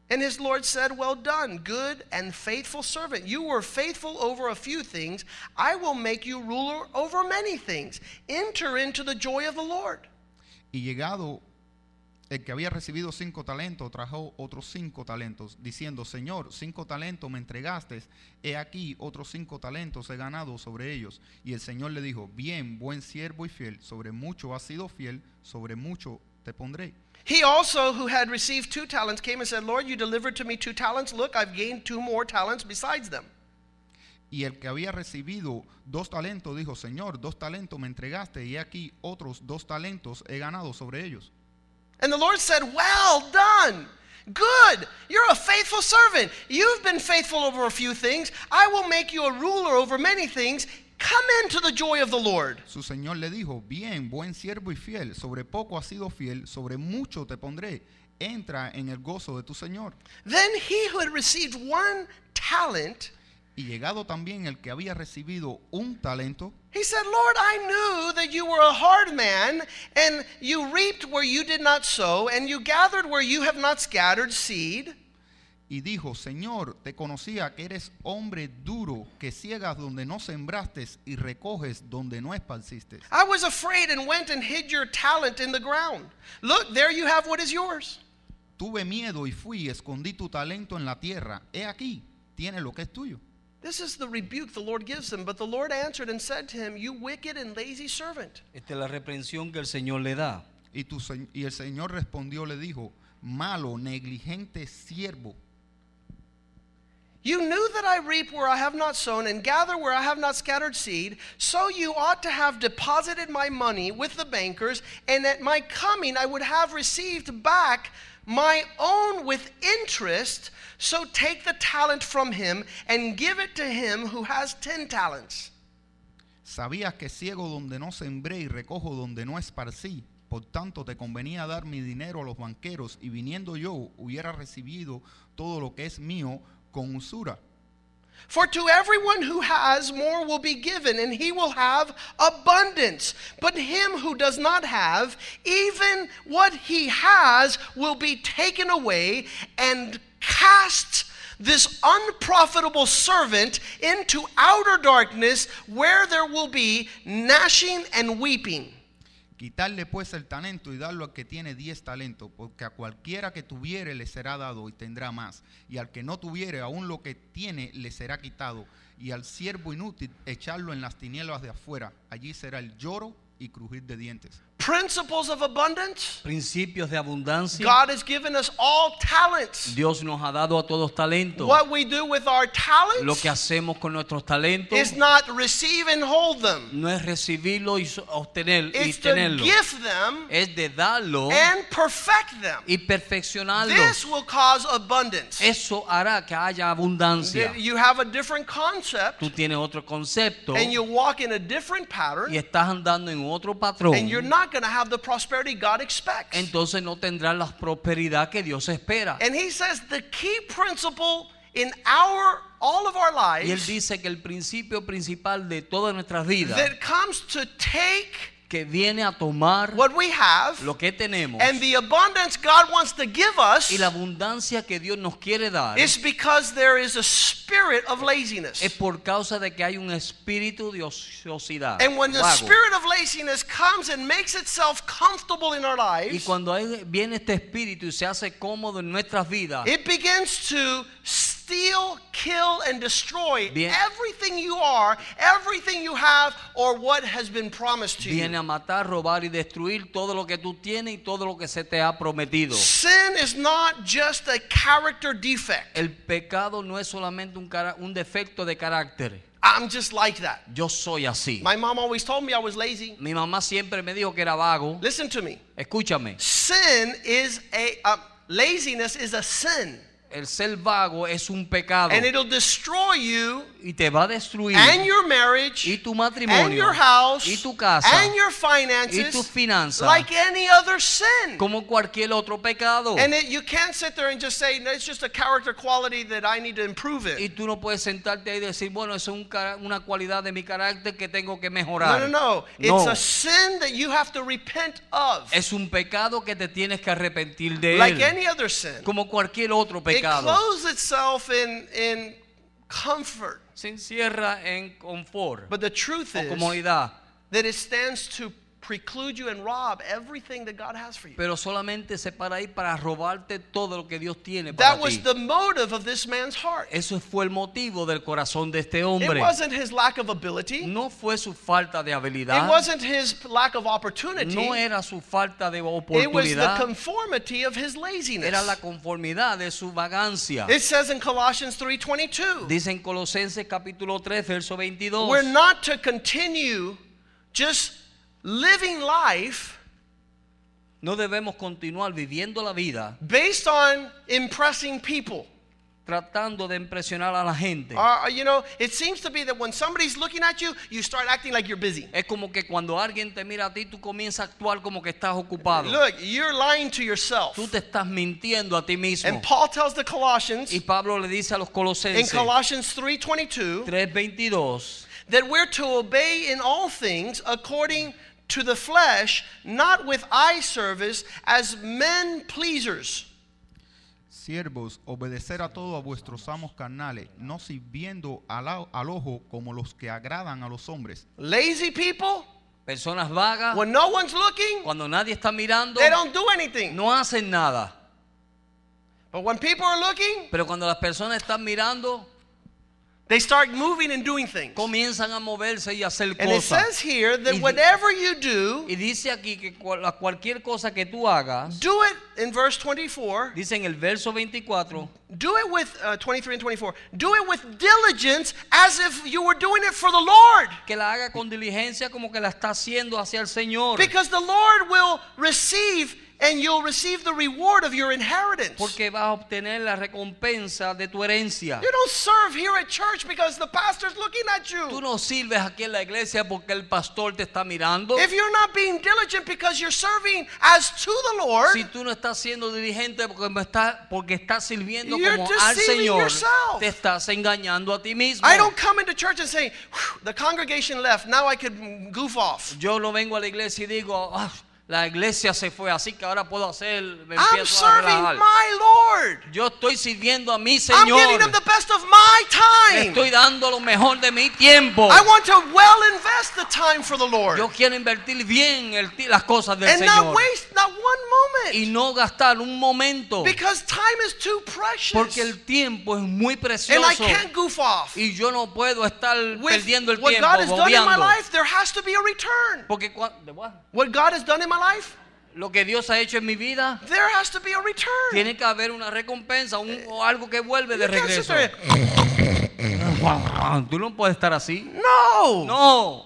Speaker 2: And his lord said, "Well done, good and faithful servant. You were faithful over a few things. I will make you ruler over many things. Enter into the joy of the Lord."
Speaker 3: Y llegado el que había recibido cinco talentos, trajo otros cinco talentos, diciendo, Señor, cinco talentos me entregaste, he aquí otros cinco talentos he ganado sobre ellos. Y el Señor le dijo, bien, buen siervo y fiel, sobre mucho has sido fiel, sobre mucho te pondré.
Speaker 2: He also, who had received two talents, came and said, Lord, you delivered to me two talents. Look, I've gained two more talents besides them.
Speaker 3: Y el que había recibido dos talentos dijo, Señor, dos talentos me entregaste, y he aquí otros dos talentos he ganado sobre ellos.
Speaker 2: And the Lord said, Well done. Good. You're a faithful servant. You've been faithful over a few things. I will make you a ruler over many things. Come into the joy of the Lord.
Speaker 3: Su señor le dijo, bien, buen siervo y fiel, sobre poco has sido fiel, sobre mucho te pondré, entra en el gozo de tu señor.
Speaker 2: Then he who had received one talent,
Speaker 3: Y llegado también el que había recibido un talento,
Speaker 2: he said, Lord, I knew that you were a hard man, and you reaped where you did not sow, and you gathered where you have not scattered seed.
Speaker 3: y dijo, Señor, te conocía que eres hombre duro, que ciegas donde no sembraste y recoges donde no esparciste.
Speaker 2: I was afraid and went and hid your talent in the ground. Look, there you have what is yours.
Speaker 3: Tuve miedo y fui, y escondí tu talento en la tierra. He aquí, tiene lo que es tuyo.
Speaker 2: This is the rebuke the Lord gives him. But the Lord answered and said to him, You wicked and lazy servant.
Speaker 1: Esta es la reprensión que el Señor le da.
Speaker 3: Y, tu se- y el Señor respondió, le dijo, malo, negligente siervo.
Speaker 2: You knew that I reap where I have not sown and gather where I have not scattered seed. So you ought to have deposited my money with the bankers, and at my coming I would have received back my own with interest. So take the talent from him and give it to him who has ten talents.
Speaker 3: Sabías que ciego donde no sembré y recojo donde no esparcí. Por tanto, te convenía dar mi dinero a los banqueros y viniendo yo hubiera recibido todo lo que es mío con usura.
Speaker 2: For to everyone who has, more will be given, and he will have abundance. But him who does not have, even what he has will be taken away, and cast this unprofitable servant into outer darkness, where there will be gnashing and weeping.
Speaker 3: Quitarle pues el talento y darlo al que tiene diez talentos, porque a cualquiera que tuviere le será dado y tendrá más, y al que no tuviere aún lo que tiene le será quitado, y al siervo inútil echarlo en las tinieblas de afuera, allí será el lloro y crujir de dientes.
Speaker 2: Principles of abundance.
Speaker 1: Principios de abundancia.
Speaker 2: God has given us all talents.
Speaker 1: Dios nos ha dado a todos talentos.
Speaker 2: What we do with our
Speaker 1: Lo que
Speaker 2: talents
Speaker 1: hacemos con nuestros talentos
Speaker 2: is not receive and hold them.
Speaker 1: no es recibirlo y so- obtener y
Speaker 2: It's to
Speaker 1: tenerlo.
Speaker 2: give them
Speaker 1: Es de darlo
Speaker 2: and perfect them.
Speaker 1: y perfeccionarlo.
Speaker 2: This will cause abundance.
Speaker 1: Eso hará que haya abundancia.
Speaker 2: You have a different concept
Speaker 1: Tú tienes otro concepto
Speaker 2: and you
Speaker 1: y
Speaker 2: walk in a different pattern
Speaker 1: estás andando en otro patrón.
Speaker 2: and you're not going to have the prosperity God expects.
Speaker 1: Entonces no tendrás la prosperidad que Dios espera.
Speaker 2: And he says the key principle in our all of our
Speaker 1: Y él
Speaker 2: lives
Speaker 1: dice que el principio principal de todas nuestras vidas
Speaker 2: that comes to take
Speaker 1: que viene a tomar
Speaker 2: what we have
Speaker 1: lo que tenemos
Speaker 2: and the abundance God wants to give us
Speaker 1: y la abundancia que Dios nos quiere dar
Speaker 2: is because there is a spirit of
Speaker 1: es
Speaker 2: laziness.
Speaker 1: por causa de que hay un espíritu de ociosidad.
Speaker 2: And when the
Speaker 1: vago.
Speaker 2: spirit of laziness comes and makes itself comfortable in our
Speaker 1: y
Speaker 2: lives,
Speaker 1: cuando hay- viene este espíritu y se hace cómodo en nuestras vidas,
Speaker 2: it begins to steal, kill, and destroy
Speaker 1: Bien.
Speaker 2: everything you are, everything you have, or what has been promised to you.
Speaker 1: viene a matar, robar y destruir todo lo que tú tienes y todo lo que se te ha prometido.
Speaker 2: Sin is not just a character defect.
Speaker 1: El pecado no es solamente un, cara- un defecto de carácter.
Speaker 2: I'm just like that.
Speaker 1: Yo soy así.
Speaker 2: My mom always told me I was lazy.
Speaker 1: Mi mamá siempre me dijo que era vago.
Speaker 2: Listen to me.
Speaker 1: Escúchame,
Speaker 2: Sin is a uh, laziness is a sin,
Speaker 1: el ser vago es un pecado
Speaker 2: and it'll destroy you
Speaker 1: y te va a destruir
Speaker 2: and your marriage
Speaker 1: y tu
Speaker 2: and
Speaker 1: matrimonio
Speaker 2: your house
Speaker 1: y tu casa
Speaker 2: and your finances
Speaker 1: y tus finanzas.
Speaker 2: like any other sin.
Speaker 1: como cualquier otro pecado.
Speaker 2: And it, you can't sit there and just say, no, it's just a character quality that I need to improve
Speaker 1: Y
Speaker 2: it.
Speaker 1: tú no puedes sentarte ahí y decir, bueno, eso es un cara- una cualidad de mi carácter que tengo que
Speaker 2: No,
Speaker 1: mejorar.
Speaker 2: no, no.
Speaker 1: No.
Speaker 2: It's a sin that you have to repent of.
Speaker 1: Es un pecado que te tienes que arrepentir de
Speaker 2: like
Speaker 1: él,
Speaker 2: any other sin.
Speaker 1: como cualquier otro
Speaker 2: It
Speaker 1: pecado.
Speaker 2: clothes itself in in comfort,
Speaker 1: Se encierra en confort
Speaker 2: but the truth
Speaker 1: o
Speaker 2: is
Speaker 1: comodidad,
Speaker 2: that it stands to preclude you and rob everything that God has for you.
Speaker 1: pero solamente se para ahí para robarte todo lo que Dios tiene para
Speaker 2: That was
Speaker 1: ti.
Speaker 2: the motive of this man's heart.
Speaker 1: Eso fue el motivo del corazón de este
Speaker 2: It
Speaker 1: hombre.
Speaker 2: wasn't his lack of ability.
Speaker 1: No fue su falta de
Speaker 2: It
Speaker 1: habilidad,
Speaker 2: wasn't his lack of opportunity.
Speaker 1: no era su falta de
Speaker 2: It was the
Speaker 1: oportunidad,
Speaker 2: conformity of his laziness.
Speaker 1: era la conformidad de su vagancia.
Speaker 2: It says in Colossians 3:22,
Speaker 1: Dice en Colosenses capítulo 3, verso 22.
Speaker 2: we're not to continue just living life
Speaker 1: No debemos continuar viviendo la vida
Speaker 2: based on impressing people.
Speaker 1: tratando de impresionar a la gente.
Speaker 2: Uh, you know, it seems to be that when somebody's looking at you, you start acting like you're busy.
Speaker 1: Es como que cuando alguien te mira a ti, tú comienzas a actuar como que estás ocupado.
Speaker 2: Look, you're lying to yourself.
Speaker 1: Tú te estás mintiendo a ti mismo.
Speaker 2: And Paul tells the Colossians
Speaker 1: Y Pablo le dice a los
Speaker 2: in
Speaker 1: Colosenses
Speaker 2: Colossians 3:22
Speaker 1: 3:22
Speaker 2: that we're to obey in all things according to the flesh, not with eye service as men pleasers.
Speaker 3: Siervos, obedecer a todo a vuestros amos carnales, no sirviendo al, a- al ojo como los que agradan a los hombres.
Speaker 2: Lazy people,
Speaker 1: personas vagas,
Speaker 2: when no one's looking,
Speaker 1: cuando nadie está mirando,
Speaker 2: they don't do anything.
Speaker 1: no hacen nada.
Speaker 2: But when people are looking,
Speaker 1: Pero cuando las personas están mirando,
Speaker 2: they start moving and doing things.
Speaker 1: comienzan a moverse y a hacer
Speaker 2: And it says
Speaker 1: cosas.
Speaker 2: here that
Speaker 1: Y-
Speaker 2: whatever you do,
Speaker 1: Y dice aquí que cual- a cualquier cosa que tú hagas,
Speaker 2: Do it in verse 24.
Speaker 1: dice en el verso 24,
Speaker 2: Do it with uh, 23 and 24. Do it with diligence as if you were doing it for the Lord.
Speaker 1: que la haga con diligencia como que la está haciendo hacia el Señor.
Speaker 2: Because the Lord will receive and you'll receive the reward of your inheritance.
Speaker 1: Porque vas a obtener la recompensa de tu herencia.
Speaker 2: You don't serve here at church because the pastor's looking at
Speaker 1: Tú
Speaker 2: you.
Speaker 1: no sirves aquí en la iglesia porque el pastor te está mirando.
Speaker 2: If you're not being diligent because you're serving as to the Lord,
Speaker 1: Si tú no estás siendo diligente porque, me está, porque estás sirviendo
Speaker 2: You're
Speaker 1: como al
Speaker 2: deceiving
Speaker 1: Señor,
Speaker 2: yourself.
Speaker 1: te estás engañando a ti mismo.
Speaker 2: I don't come into church and say, "Whew, the congregation left, now I could goof off.
Speaker 1: Yo no vengo a la iglesia y digo, "Ah, la iglesia se fue, así que ahora puedo hacer, me
Speaker 2: I'm
Speaker 1: empiezo a relajar".
Speaker 2: serving my Lord.
Speaker 1: Yo estoy sirviendo a mi
Speaker 2: I'm giving
Speaker 1: Señor.
Speaker 2: them the best of my
Speaker 1: Le
Speaker 2: time.
Speaker 1: estoy dando lo mejor de mi tiempo.
Speaker 2: I want to well invest the time for the Lord
Speaker 1: Yo quiero invertir bien el ti- las cosas del
Speaker 2: and
Speaker 1: Señor.
Speaker 2: not waste not one
Speaker 1: y
Speaker 2: moment.
Speaker 1: no gastar un momento
Speaker 2: Because time is too precious.
Speaker 1: porque el tiempo es muy
Speaker 2: And I
Speaker 1: precioso
Speaker 2: can't goof off.
Speaker 1: y yo no puedo estar
Speaker 2: With
Speaker 1: perdiendo el
Speaker 2: what
Speaker 1: tiempo
Speaker 2: God has done in my
Speaker 1: bobeando.
Speaker 2: life, there has to be a return.
Speaker 1: porque cua- de what?
Speaker 2: What God has done in my life,
Speaker 1: lo que Dios ha hecho en mi vida
Speaker 2: there has to be a return.
Speaker 1: tiene que haber una recompensa un- o algo que vuelve de
Speaker 2: You can't sit
Speaker 1: regreso
Speaker 2: there-
Speaker 1: tú no puedes estar así
Speaker 2: No.
Speaker 1: no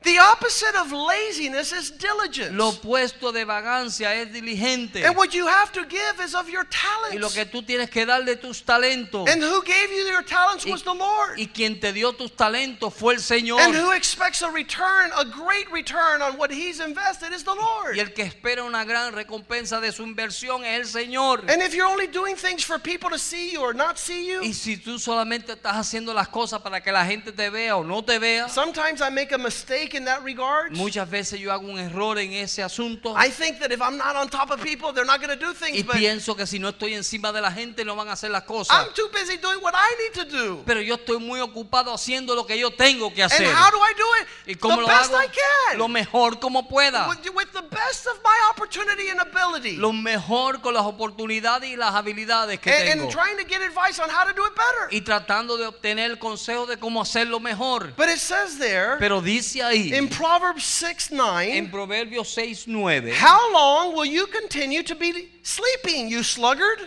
Speaker 2: The opposite of laziness is
Speaker 1: Lo
Speaker 2: diligence.
Speaker 1: opuesto de vagancia es diligente.
Speaker 2: And what you have to give is of your
Speaker 1: Y lo
Speaker 2: talents.
Speaker 1: que tú tienes que dar de tus talentos.
Speaker 2: And who gave you your talents was the Lord.
Speaker 1: Y quien te dio tus talentos fue el Señor.
Speaker 2: And who expects a return, a great return on what he's invested is the Lord.
Speaker 1: Y el que espera una gran recompensa de su inversión es el Señor.
Speaker 2: And if you're only doing things for people to see you or not see
Speaker 1: Y
Speaker 2: you,
Speaker 1: si tú solamente estás haciendo las cosas para que la gente te vea o no te vea,
Speaker 2: sometimes I make a mistake in that regard.
Speaker 1: muchas veces yo hago un error en ese asunto.
Speaker 2: I think that if I'm not on top of people, they're not going to do things.
Speaker 1: Y
Speaker 2: But
Speaker 1: pienso que si no estoy encima de la gente no van a hacer las cosas.
Speaker 2: I'm too busy doing what I need to do.
Speaker 1: Pero yo estoy muy ocupado haciendo lo que yo tengo que
Speaker 2: And
Speaker 1: hacer.
Speaker 2: how do I do
Speaker 1: ¿Y
Speaker 2: it?
Speaker 1: cómo
Speaker 2: The
Speaker 1: lo
Speaker 2: best
Speaker 1: hago?
Speaker 2: I can.
Speaker 1: Lo mejor como pueda.
Speaker 2: With, with the best of my opportunity and ability.
Speaker 1: lo mejor con las oportunidades y las habilidades que
Speaker 2: And,
Speaker 1: tengo
Speaker 2: and trying to get advice on how to do it better.
Speaker 1: y tratando de obtener el consejo de cómo hacerlo mejor.
Speaker 2: But it says there
Speaker 1: Pero dice ahí
Speaker 2: in Proverbs 6 9.
Speaker 1: en Proverbios 6:9,
Speaker 2: How long will you continue to be sleeping, you sluggard?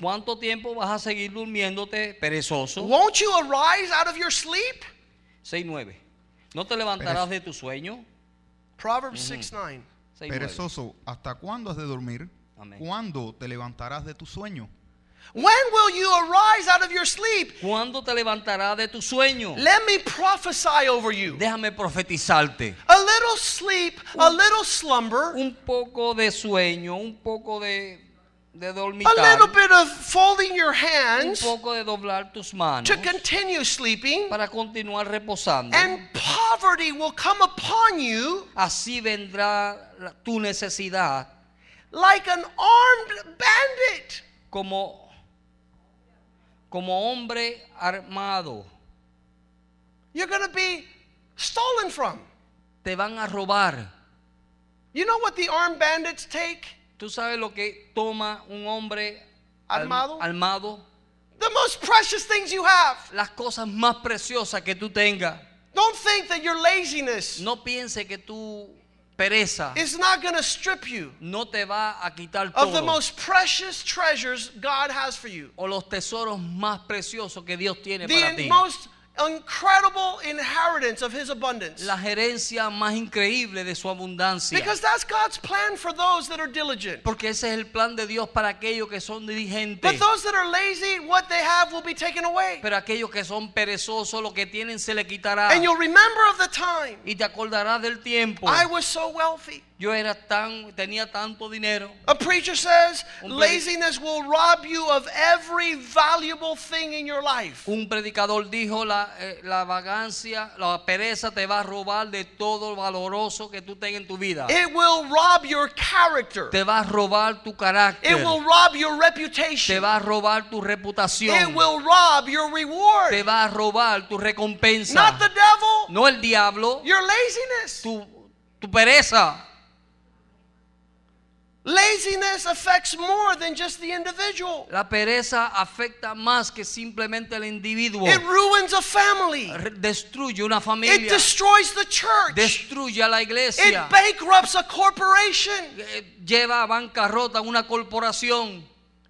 Speaker 1: ¿cuánto tiempo vas a seguir durmiéndote perezoso?
Speaker 2: Won't you arise out of your sleep?
Speaker 1: 6:9. ¿No te levantarás de tu sueño?
Speaker 2: Proverbs
Speaker 1: Mm-hmm.
Speaker 2: 6 9.
Speaker 1: 6:9.
Speaker 3: Perezoso, ¿hasta cuándo has de dormir?
Speaker 1: Amén.
Speaker 3: ¿Cuándo te levantarás de tu sueño?
Speaker 2: When will you arise out of your sleep?
Speaker 1: ¿Cuándo te levantarás de tu sueño?
Speaker 2: Let me prophesy over you.
Speaker 1: Déjame profetizarte.
Speaker 2: A little sleep, a little slumber,
Speaker 1: Un poco de sueño, un poco de de
Speaker 2: a
Speaker 1: dormitar,
Speaker 2: little bit of folding your
Speaker 1: un
Speaker 2: hands
Speaker 1: poco de doblar tus manos
Speaker 2: to continue sleeping,
Speaker 1: para continuar reposando.
Speaker 2: and poverty will come upon you
Speaker 1: Así vendrá la- tu necesidad
Speaker 2: like an armed bandit.
Speaker 1: como, como hombre armado.
Speaker 2: You're going to be stolen from.
Speaker 1: Te van a robar.
Speaker 2: You know what the armed bandits take?
Speaker 1: ¿Tú sabes lo que toma un hombre alm-
Speaker 2: Armado.
Speaker 1: armado?
Speaker 2: The most precious things you have.
Speaker 1: Las cosas más preciosas que tú tengas.
Speaker 2: Don't think that your laziness
Speaker 1: No piense que tu pereza
Speaker 2: is not going to strip you
Speaker 1: no te va a quitar
Speaker 2: of the
Speaker 1: todo.
Speaker 2: most precious treasures God has for you.
Speaker 1: O los tesoros más preciosos que Dios tiene para
Speaker 2: The
Speaker 1: ti.
Speaker 2: most incredible inheritance of His abundance.
Speaker 1: La gerencia más increíble de su abundancia.
Speaker 2: Because that's God's plan for those that are diligent.
Speaker 1: Porque ese es el plan de Dios para aquellos que son
Speaker 2: But
Speaker 1: dirigentes.
Speaker 2: those that are lazy, what they have will be taken away.
Speaker 1: Pero aquellos que son perezosos, lo que tienen se le quitará.
Speaker 2: And you'll remember of the time
Speaker 1: Y te acordarás del tiempo.
Speaker 2: I was so wealthy.
Speaker 1: Yo era tan, tenía tanto dinero.
Speaker 2: A preacher says
Speaker 1: Un predi-
Speaker 2: laziness will rob you of every valuable thing in your life.
Speaker 1: Un predicador dijo, la, eh, la vagancia, la pereza te va a robar de todo lo valoroso que tú tengas en tu vida.
Speaker 2: It will rob your character.
Speaker 1: Te va a robar tu carácter.
Speaker 2: It will rob your
Speaker 1: Te
Speaker 2: reputation.
Speaker 1: va a robar tu reputación.
Speaker 2: It will rob your
Speaker 1: Te
Speaker 2: reward.
Speaker 1: va a robar tu recompensa.
Speaker 2: Not the devil,
Speaker 1: No el diablo,
Speaker 2: your laziness.
Speaker 1: tu, tu pereza.
Speaker 2: Laziness affects more than just the individual.
Speaker 1: La pereza afecta más que simplemente al individuo.
Speaker 2: It ruins a family.
Speaker 1: Re- Destruye una
Speaker 2: It
Speaker 1: familia.
Speaker 2: destroys the church.
Speaker 1: Destruye a la
Speaker 2: It
Speaker 1: iglesia.
Speaker 2: bankrupts a corporation.
Speaker 1: Eh, Lleva a bancarrota una corporación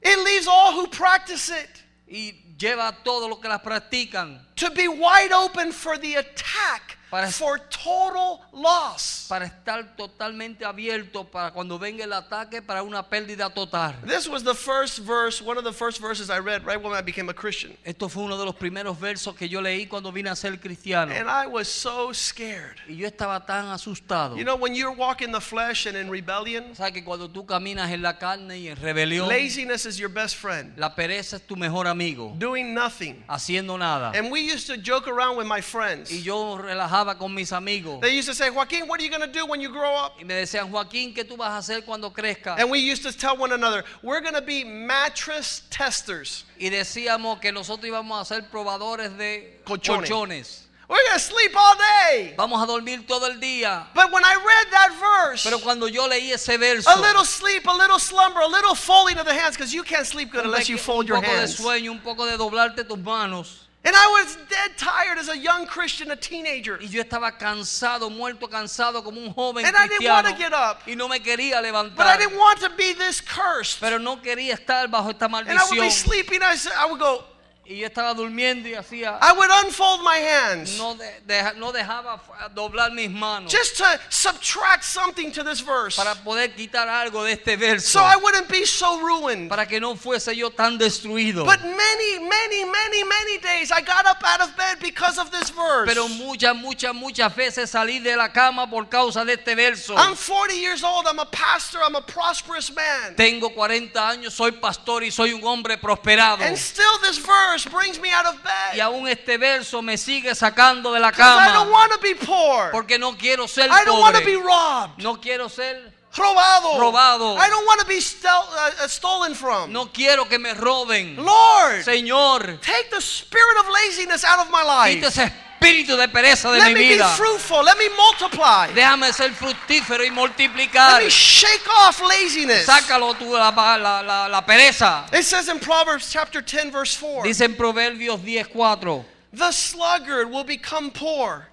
Speaker 2: It leaves all who practice it
Speaker 1: y lleva a todos los que las practican
Speaker 2: to be wide open for the attack
Speaker 1: Para-
Speaker 2: for total loss.
Speaker 1: para estar totalmente abierto para cuando venga el ataque para una pérdida total.
Speaker 2: This was the first verse, one of the first verses I read right when I became a Christian.
Speaker 1: Esto fue uno de los primeros versos que yo leí cuando vine a ser cristiano.
Speaker 2: And I was so scared.
Speaker 1: Y yo estaba tan asustado.
Speaker 2: You know, when you're walking the flesh and in rebellion,
Speaker 1: Sabes que cuando tú caminas en la carne y en rebelión,
Speaker 2: laziness is your best friend,
Speaker 1: la pereza es tu mejor amigo,
Speaker 2: doing nothing.
Speaker 1: haciendo nada.
Speaker 2: And we used to joke around with my friends.
Speaker 1: Y yo relajaba con mis amigos.
Speaker 2: They used to say, Joaquin, what are you going to do when you grow up?
Speaker 1: Y me decían, Joaquín, ¿qué tú vas a hacer cuando crezcas?
Speaker 2: And we used to tell one another, we're going to be mattress testers.
Speaker 1: Y decíamos que nosotros íbamos a ser probadores de
Speaker 2: Colchones.
Speaker 1: colchones.
Speaker 2: We're going to sleep all day.
Speaker 1: Vamos a dormir todo el día.
Speaker 2: But when I read that verse,
Speaker 1: Pero cuando yo leí ese verso,
Speaker 2: a little sleep, a little slumber, a little folding of the hands, because you can't sleep good
Speaker 1: un
Speaker 2: unless
Speaker 1: peque-
Speaker 2: you
Speaker 1: un
Speaker 2: fold your
Speaker 1: poco de
Speaker 2: hands.
Speaker 1: sueño, un poco de doblarte tus manos.
Speaker 2: And I was dead tired as a young Christian, a teenager.
Speaker 1: Y yo estaba cansado, muerto cansado como un joven
Speaker 2: And I didn't
Speaker 1: cristiano.
Speaker 2: wanna get up.
Speaker 1: Y no me quería
Speaker 2: But I
Speaker 1: levantar.
Speaker 2: didn't want to be this cursed.
Speaker 1: Pero no quería estar bajo esta
Speaker 2: And I would
Speaker 1: maldición.
Speaker 2: be sleeping. I, s- I would go,
Speaker 1: Y yo estaba durmiendo y hacía
Speaker 2: I would unfold my hands
Speaker 1: no, de- deja- no dejaba f- doblar mis manos
Speaker 2: just to subtract something to this verse
Speaker 1: para poder quitar algo de este verso
Speaker 2: so I wouldn't be so ruined.
Speaker 1: para que no fuese yo tan destruido.
Speaker 2: But many, many, many, many days I got up out of bed because of this verse.
Speaker 1: Pero muchas, muchas, muchas veces salí de la cama por causa de este verso.
Speaker 2: I'm 40 years old. I'm a pastor. I'm a prosperous man.
Speaker 1: Tengo 40 años, soy pastor y soy un hombre prosperado.
Speaker 2: And still, this verse brings me out of
Speaker 1: Y
Speaker 2: bed.
Speaker 1: aún este verso me sigue sacando de la
Speaker 2: Because I don't
Speaker 1: cama
Speaker 2: want to be poor.
Speaker 1: porque no quiero ser
Speaker 2: I don't want to be
Speaker 1: pobre.
Speaker 2: robbed.
Speaker 1: No quiero ser,
Speaker 2: Robado.
Speaker 1: Robado.
Speaker 2: I don't want to be stel- uh, uh, stolen from.
Speaker 1: no quiero que me roben.
Speaker 2: Lord,
Speaker 1: Señor,
Speaker 2: take the spirit of laziness out of my life.
Speaker 1: quita ese espíritu de pereza de
Speaker 2: Let
Speaker 1: mi
Speaker 2: me be
Speaker 1: vida.
Speaker 2: fruitful. Let me multiply.
Speaker 1: Déjame ser fructífero y
Speaker 2: Let
Speaker 1: multiplicar.
Speaker 2: me shake off laziness.
Speaker 1: Sácalo tú la, la, la, la pereza.
Speaker 2: It says in Proverbs chapter 10, verse 4
Speaker 1: Dice en Proverbios 10:4.
Speaker 2: The sluggard will become poor,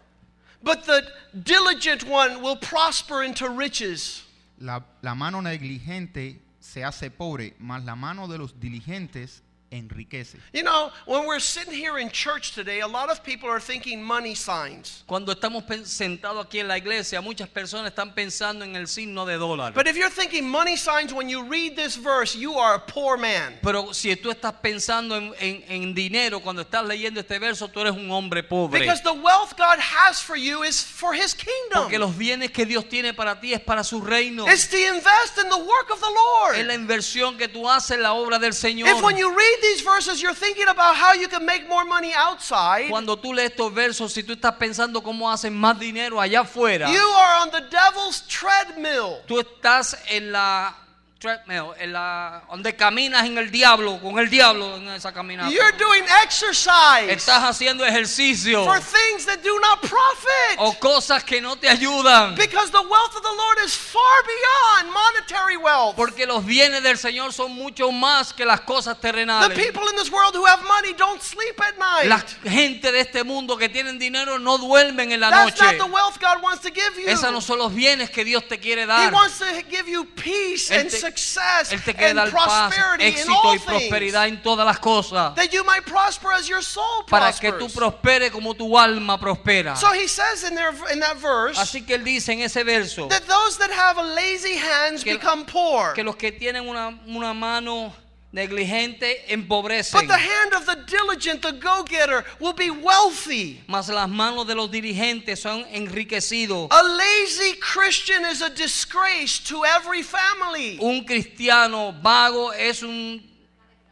Speaker 2: but the diligent one will prosper into riches.
Speaker 3: La, la mano negligente se hace pobre, mas la mano de los diligentes enriquece.
Speaker 2: You know, when we're sitting here in church today, a lot of people are thinking money signs.
Speaker 1: Cuando estamos pen- sentados aquí en la iglesia, muchas personas están pensando en el signo de dólar.
Speaker 2: But if you're thinking money signs when you read this verse, you are a poor man.
Speaker 1: Pero si tú estás pensando en, en- en dinero cuando estás leyendo este verso, tú eres un hombre pobre.
Speaker 2: Because the wealth God has for you is for his kingdom.
Speaker 1: Porque los bienes que Dios tiene para ti es para su reino.
Speaker 2: It's to invest in the work of the
Speaker 1: Es
Speaker 2: Lord.
Speaker 1: la inversión que tú haces en la obra del Señor.
Speaker 2: If when you read these verses, you're thinking about how you can make more money outside,
Speaker 1: Cuando tú lees estos versos, si tú estás pensando cómo hacen más dinero allá afuera,
Speaker 2: you are on the devil's treadmill.
Speaker 1: tú estás en la treadmill, en la donde caminas en el diablo, con el diablo en esa caminata.
Speaker 2: You're doing exercise
Speaker 1: Estás haciendo ejercicio
Speaker 2: for things that do not
Speaker 1: o
Speaker 2: profit.
Speaker 1: cosas que no te ayudan,
Speaker 2: Because the wealth of the Lord is far beyond monetary wealth.
Speaker 1: porque los bienes del Señor son mucho más que las cosas
Speaker 2: The
Speaker 1: terrenales.
Speaker 2: people in this world who have money don't sleep at
Speaker 1: La
Speaker 2: night.
Speaker 1: gente de este mundo que tienen dinero no duermen en la
Speaker 2: That's
Speaker 1: noche.
Speaker 2: not the wealth God wants to give you.
Speaker 1: Esos no son los bienes que Dios te quiere
Speaker 2: He
Speaker 1: dar.
Speaker 2: wants to give you peace
Speaker 1: Él
Speaker 2: and
Speaker 1: te-
Speaker 2: success
Speaker 1: Él te quiere
Speaker 2: and
Speaker 1: dar paz,
Speaker 2: prosperity in
Speaker 1: éxito
Speaker 2: all
Speaker 1: y
Speaker 2: things.
Speaker 1: prosperidad en todas las cosas.
Speaker 2: That you might prosper as your soul
Speaker 1: para que tú
Speaker 2: prospers.
Speaker 1: prosperes como tu alma prospera.
Speaker 2: So he says in there in that verse
Speaker 1: Así que él dice en ese verso
Speaker 2: that those that have a lazy hands
Speaker 1: Que-
Speaker 2: become poor.
Speaker 1: que los que tienen una, una mano negligente empobrecen,
Speaker 2: But the hand of the diligent, the go-getter, will be wealthy.
Speaker 1: mas las manos de los dirigentes son enriquecidos.
Speaker 2: A lazy Christian is a disgrace to every family.
Speaker 1: Un cristiano vago es un-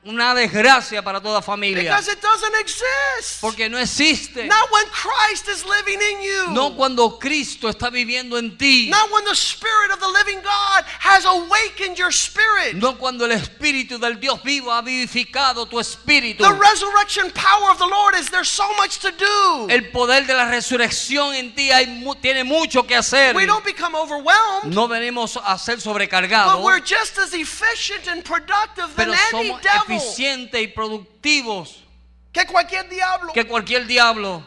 Speaker 1: una desgracia para toda familia,
Speaker 2: Because it doesn't exist.
Speaker 1: porque no existe.
Speaker 2: Not when Christ is living in you.
Speaker 1: No cuando Cristo está viviendo en ti.
Speaker 2: Not when the Spirit of the living God has awakened your spirit.
Speaker 1: No cuando el Espíritu del Dios vivo ha vivificado tu espíritu.
Speaker 2: The resurrection power of the Lord is there's so much to do.
Speaker 1: El poder de la resurrección en ti hay mu- tiene mucho que hacer.
Speaker 2: we don't become overwhelmed,
Speaker 1: No venimos a ser
Speaker 2: but
Speaker 1: sobrecargados,
Speaker 2: we're just as efficient and productive than
Speaker 1: pero
Speaker 2: any
Speaker 1: somos
Speaker 2: devil.
Speaker 1: eficientes y productivos
Speaker 2: Que cualquier diablo.
Speaker 1: que cualquier diablo.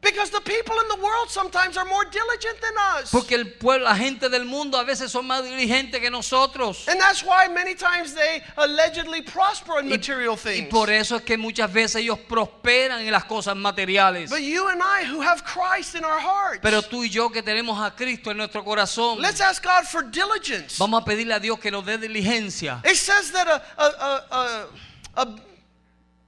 Speaker 2: Because the people in the world sometimes are more diligent than us.
Speaker 1: Porque el pueblo, la gente del mundo a veces son más diligentes que nosotros.
Speaker 2: And that's why many times they allegedly prosper in material
Speaker 1: Y
Speaker 2: things.
Speaker 1: por e- eso es que muchas veces ellos prosperan en las cosas materiales.
Speaker 2: But you and I who have Christ in our hearts,
Speaker 1: Pero tú y yo que tenemos a Cristo en nuestro corazón,
Speaker 2: let's ask God for diligence.
Speaker 1: vamos a pedirle a Dios que nos dé diligencia.
Speaker 2: It says that a, a, a, a, a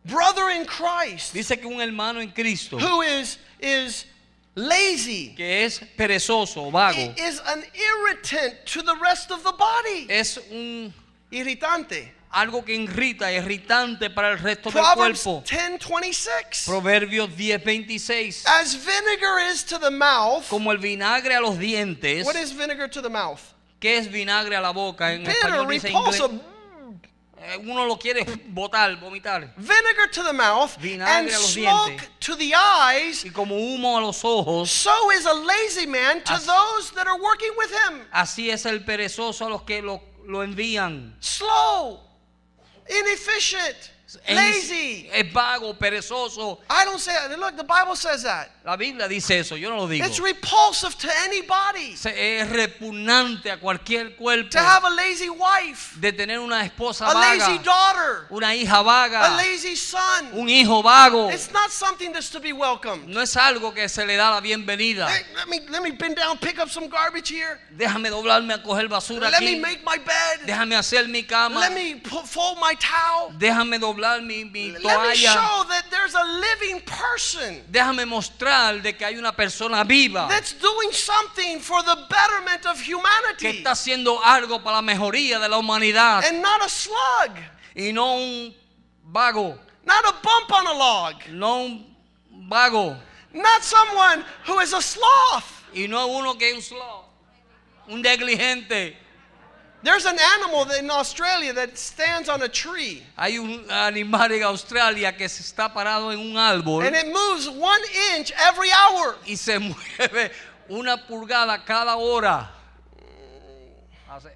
Speaker 2: brother in Christ
Speaker 1: Dice que un hermano en Cristo
Speaker 2: who is, is lazy
Speaker 1: que es perezoso, vago,
Speaker 2: i- is an irritant to the rest of the body.
Speaker 1: es un
Speaker 2: Irritante.
Speaker 1: algo que irrita, irritante para el resto del
Speaker 2: Proverbs
Speaker 1: cuerpo.
Speaker 2: 10:26.
Speaker 1: Proverbios 10:26.
Speaker 2: As vinegar is to the mouth,
Speaker 1: Como el vinagre a los dientes,
Speaker 2: what is vinegar to the mouth?
Speaker 1: ¿qué es vinagre a la boca? En
Speaker 2: Bitter,
Speaker 1: español dice inglés.
Speaker 2: repulsive.
Speaker 1: Eh, Uno lo quiere botar, vomitar.
Speaker 2: vinegar to the mouth,
Speaker 1: Vinagre a
Speaker 2: and
Speaker 1: los
Speaker 2: smoke
Speaker 1: dientes.
Speaker 2: to the eyes,
Speaker 1: Y como humo a los ojos,
Speaker 2: so is a lazy man to
Speaker 1: Así-
Speaker 2: those that are working with him.
Speaker 1: así es el perezoso a los que lo, lo envían.
Speaker 2: Slow, inefficient,
Speaker 1: Es-
Speaker 2: lazy.
Speaker 1: Es vago, perezoso.
Speaker 2: I don't say that. Look, the Bible says that.
Speaker 1: La Biblia dice eso, yo no lo digo.
Speaker 2: It's repulsive to anybody
Speaker 1: Se- Es repugnante a cualquier cuerpo
Speaker 2: to have a lazy wife,
Speaker 1: de tener una esposa
Speaker 2: a lazy
Speaker 1: vaga,
Speaker 2: daughter,
Speaker 1: una hija
Speaker 2: a
Speaker 1: vaga,
Speaker 2: lazy son.
Speaker 1: un hijo vago.
Speaker 2: It's not something that's to be welcomed.
Speaker 1: No es algo que se le da la bienvenida.
Speaker 2: Hey, let me let me bend down, pick up some garbage here.
Speaker 1: Déjame doblarme a coger basura
Speaker 2: Let me
Speaker 1: aquí.
Speaker 2: make my bed.
Speaker 1: Déjame hacer mi cama.
Speaker 2: Let me put, fold my towel.
Speaker 1: Déjame doblar mi, mi
Speaker 2: Let me
Speaker 1: toalla.
Speaker 2: show that there's a living person
Speaker 1: Déjame mostrar de que hay una persona viva
Speaker 2: that's doing something for the betterment of
Speaker 1: que
Speaker 2: humanity
Speaker 1: está haciendo algo para la mejoría de la humanidad
Speaker 2: and not a slug,
Speaker 1: y no un vago,
Speaker 2: not a bump on a log,
Speaker 1: no un vago
Speaker 2: not someone who is a sloth.
Speaker 1: y no uno que es un slow, un negligente.
Speaker 2: There's an animal that- in Australia that stands on a tree
Speaker 1: Hay un animal en Australia que se está parado en un árbol
Speaker 2: and it moves one inch every hour.
Speaker 1: y se mueve una pulgada cada hora. Hace-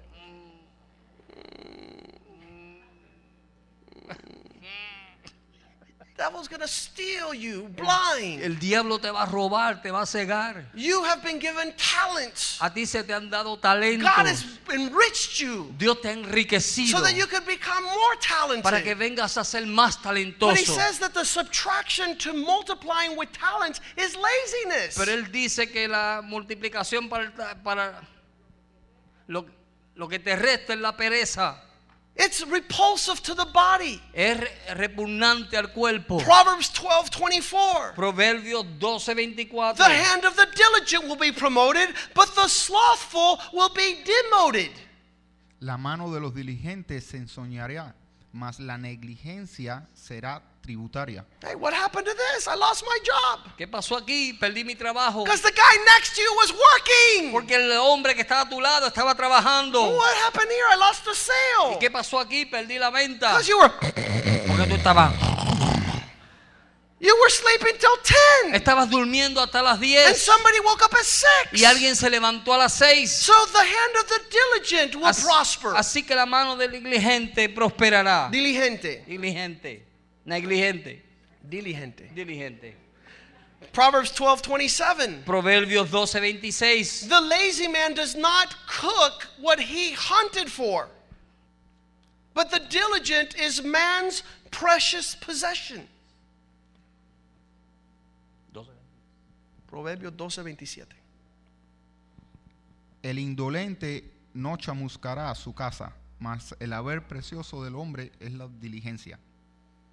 Speaker 2: Devil's gonna steal you blind.
Speaker 1: El diablo te va a robar, te va a cegar.
Speaker 2: You have been given talents.
Speaker 1: A ti se te han dado
Speaker 2: God has
Speaker 1: talentos.
Speaker 2: enriched you
Speaker 1: Dios te ha enriquecido
Speaker 2: so that you could become more
Speaker 1: para que
Speaker 2: talented.
Speaker 1: vengas a ser más
Speaker 2: But he
Speaker 1: talentoso.
Speaker 2: says that the subtraction to multiplying with talents is laziness.
Speaker 1: Pero él dice que la multiplicación para, el ta- para lo, lo que te resta es la pereza.
Speaker 2: It's repulsive to the body.
Speaker 1: Es re- repugnante al cuerpo.
Speaker 2: Proverbs 12 24.
Speaker 1: Proverbios
Speaker 2: The
Speaker 1: 12:24.
Speaker 2: hand of the diligent will be promoted, but the slothful will be demoted.
Speaker 3: La mano de los diligentes se ensoñará, mas la negligencia será tributaria.
Speaker 2: Hey, what happened to this? I lost my job.
Speaker 1: ¿Qué pasó aquí? Perdí mi trabajo.
Speaker 2: Because the guy next to you was working.
Speaker 1: Porque el hombre que estaba a tu lado estaba trabajando.
Speaker 2: What happened here? I lost the
Speaker 1: ¿Y
Speaker 2: sale.
Speaker 1: qué pasó aquí? Perdí la venta.
Speaker 2: Because you were
Speaker 1: Porque tú estabas,
Speaker 2: you were sleeping till 10.
Speaker 1: estabas durmiendo hasta las
Speaker 2: And
Speaker 1: 10
Speaker 2: somebody woke up at 6.
Speaker 1: y alguien se levantó a las 6.
Speaker 2: So the hand of the diligent will
Speaker 1: Así,
Speaker 2: prosper.
Speaker 1: así que la mano del negligente prosperará.
Speaker 2: Diligente.
Speaker 1: Diligente, negligente,
Speaker 2: Diligente.
Speaker 1: diligente.
Speaker 2: Proverbs 12 27.
Speaker 1: Proverbios 12:26.
Speaker 2: The lazy man does not cook what he hunted for, but the diligent is man's precious possession. Proverbio 12 27.
Speaker 3: El indolente no chamuscará su casa, mas el haber precioso del hombre es la diligencia.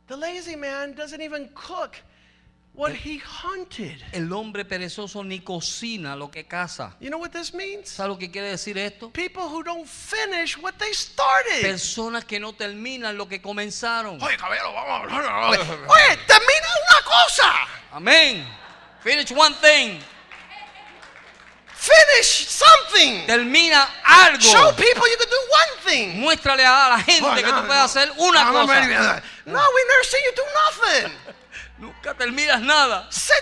Speaker 2: The lazy man doesn't even cook what he hunted.
Speaker 1: El hombre perezoso ni cocina lo que caza.
Speaker 2: You know what this means?
Speaker 1: ¿Sabes lo que quiere decir esto?
Speaker 2: People who don't finish what they started.
Speaker 1: Personas que no terminan lo que comenzaron.
Speaker 2: caballero, vamos a hablar. Oye, termina una cosa.
Speaker 1: Amén. Finish one thing.
Speaker 2: Finish something.
Speaker 1: Termina algo.
Speaker 2: Show people you can do one thing.
Speaker 1: Muéstrale a la gente que tú puedes hacer una cosa.
Speaker 2: No, we never see you do nothing.
Speaker 1: Nunca terminas nada.
Speaker 2: Sit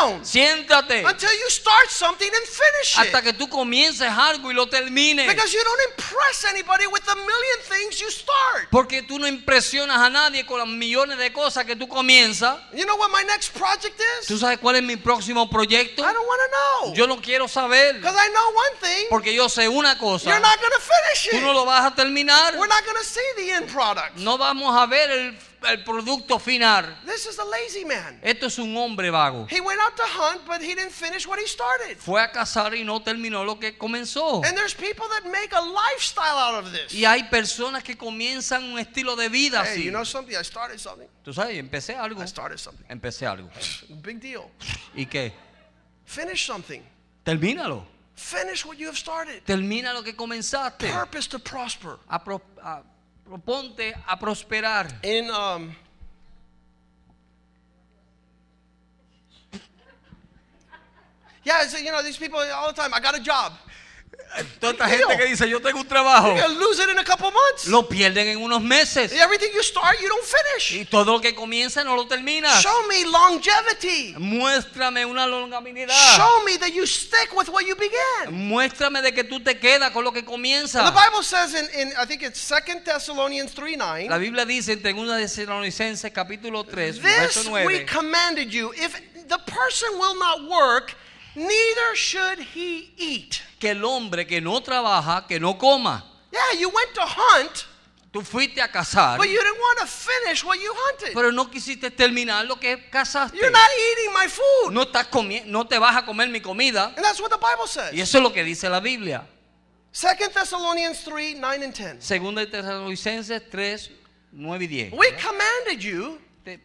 Speaker 2: down
Speaker 1: Siéntate
Speaker 2: until you start something and finish
Speaker 1: hasta
Speaker 2: it.
Speaker 1: que tú comiences algo y lo termines.
Speaker 2: Because you don't impress anybody with the million things you start.
Speaker 1: Porque tú no impresionas a nadie con las millones de cosas que tú comienzas.
Speaker 2: You know what my next project
Speaker 1: ¿Tú
Speaker 2: is?
Speaker 1: sabes cuál es mi próximo proyecto?
Speaker 2: I don't want to know.
Speaker 1: Yo no quiero saber.
Speaker 2: Because I know one thing.
Speaker 1: Porque yo sé una cosa.
Speaker 2: You're not going to
Speaker 1: Tú
Speaker 2: finish
Speaker 1: no
Speaker 2: it.
Speaker 1: lo vas a terminar.
Speaker 2: We're not going to see the end product.
Speaker 1: No vamos a ver el, el producto final.
Speaker 2: This is a lazy man.
Speaker 1: Esto es un hombre vago.
Speaker 2: He went out to hunt, but he didn't finish what he started.
Speaker 1: Fue a cazar y no terminó lo que comenzó.
Speaker 2: And there's people that make a lifestyle out of this.
Speaker 1: Y hay personas que comienzan un estilo de vida
Speaker 2: Hey,
Speaker 1: así.
Speaker 2: you know something? I started something.
Speaker 1: Tú sabes, empecé algo.
Speaker 2: I started something.
Speaker 1: Empecé algo.
Speaker 2: Big deal.
Speaker 1: ¿Y qué?
Speaker 2: Finish something.
Speaker 1: Termínalo.
Speaker 2: Finish what you have started.
Speaker 1: Termina lo que comenzaste.
Speaker 2: Purpose to prosper.
Speaker 1: A pro- a- proponte a prosperar.
Speaker 2: In um Yeah, so, you know, these people all the time, I got a job.
Speaker 1: Toda esta gente que dice, yo tengo un trabajo,
Speaker 2: You're gonna lose it in a couple months.
Speaker 1: Oh. lo pierden en unos meses.
Speaker 2: Everything you start, you don't finish.
Speaker 1: Y todo lo que comienza no lo terminas.
Speaker 2: Show me longevity.
Speaker 1: Muéstrame una longaminidad.
Speaker 2: Show me that you stick with what you began.
Speaker 1: Muéstrame de que tú te quedas con lo que
Speaker 2: And the
Speaker 1: comienza.
Speaker 2: Bible says in, in I think it's 2 Thessalonians 3 9.
Speaker 1: La Biblia dice en 2 de Tesalonicenses capítulo 3, verso
Speaker 2: This we
Speaker 1: 9.
Speaker 2: commanded you. If the person will not work, neither should he eat.
Speaker 1: que el hombre que no trabaja, que no coma.
Speaker 2: Yeah, you went to hunt,
Speaker 1: Tú fuiste a cazar,
Speaker 2: but you didn't want to finish what you hunted.
Speaker 1: pero no quisiste terminar lo que cazaste.
Speaker 2: You're not eating my food.
Speaker 1: No, estás comi- no te vas a comer mi comida.
Speaker 2: And that's what the Bible
Speaker 1: Y
Speaker 2: says.
Speaker 1: eso es lo que dice la Biblia.
Speaker 2: Second Thessalonians 3 9 and 10.
Speaker 1: Segunda de Tesalonicenses 3, 9 y 10.
Speaker 2: We commanded you
Speaker 1: Te-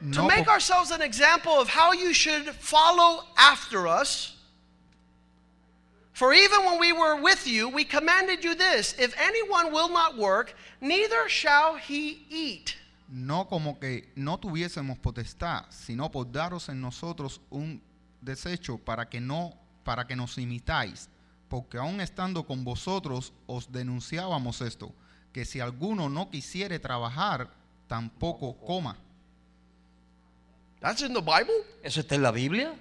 Speaker 2: to
Speaker 3: No,
Speaker 2: make
Speaker 3: po-
Speaker 2: ourselves an example of how you should follow after us. For even when we were with you, we commanded you this if anyone will not work, neither shall he eat.
Speaker 3: no como que no tuviésemos potestad, sino por daros en nosotros un desecho para que no, para que nos imitáis, porque aun estando con vosotros os denunciábamos esto, que si alguno no quisiere trabajar, tampoco coma.
Speaker 2: That's in the Bible?
Speaker 1: ¿Eso está en la Biblia?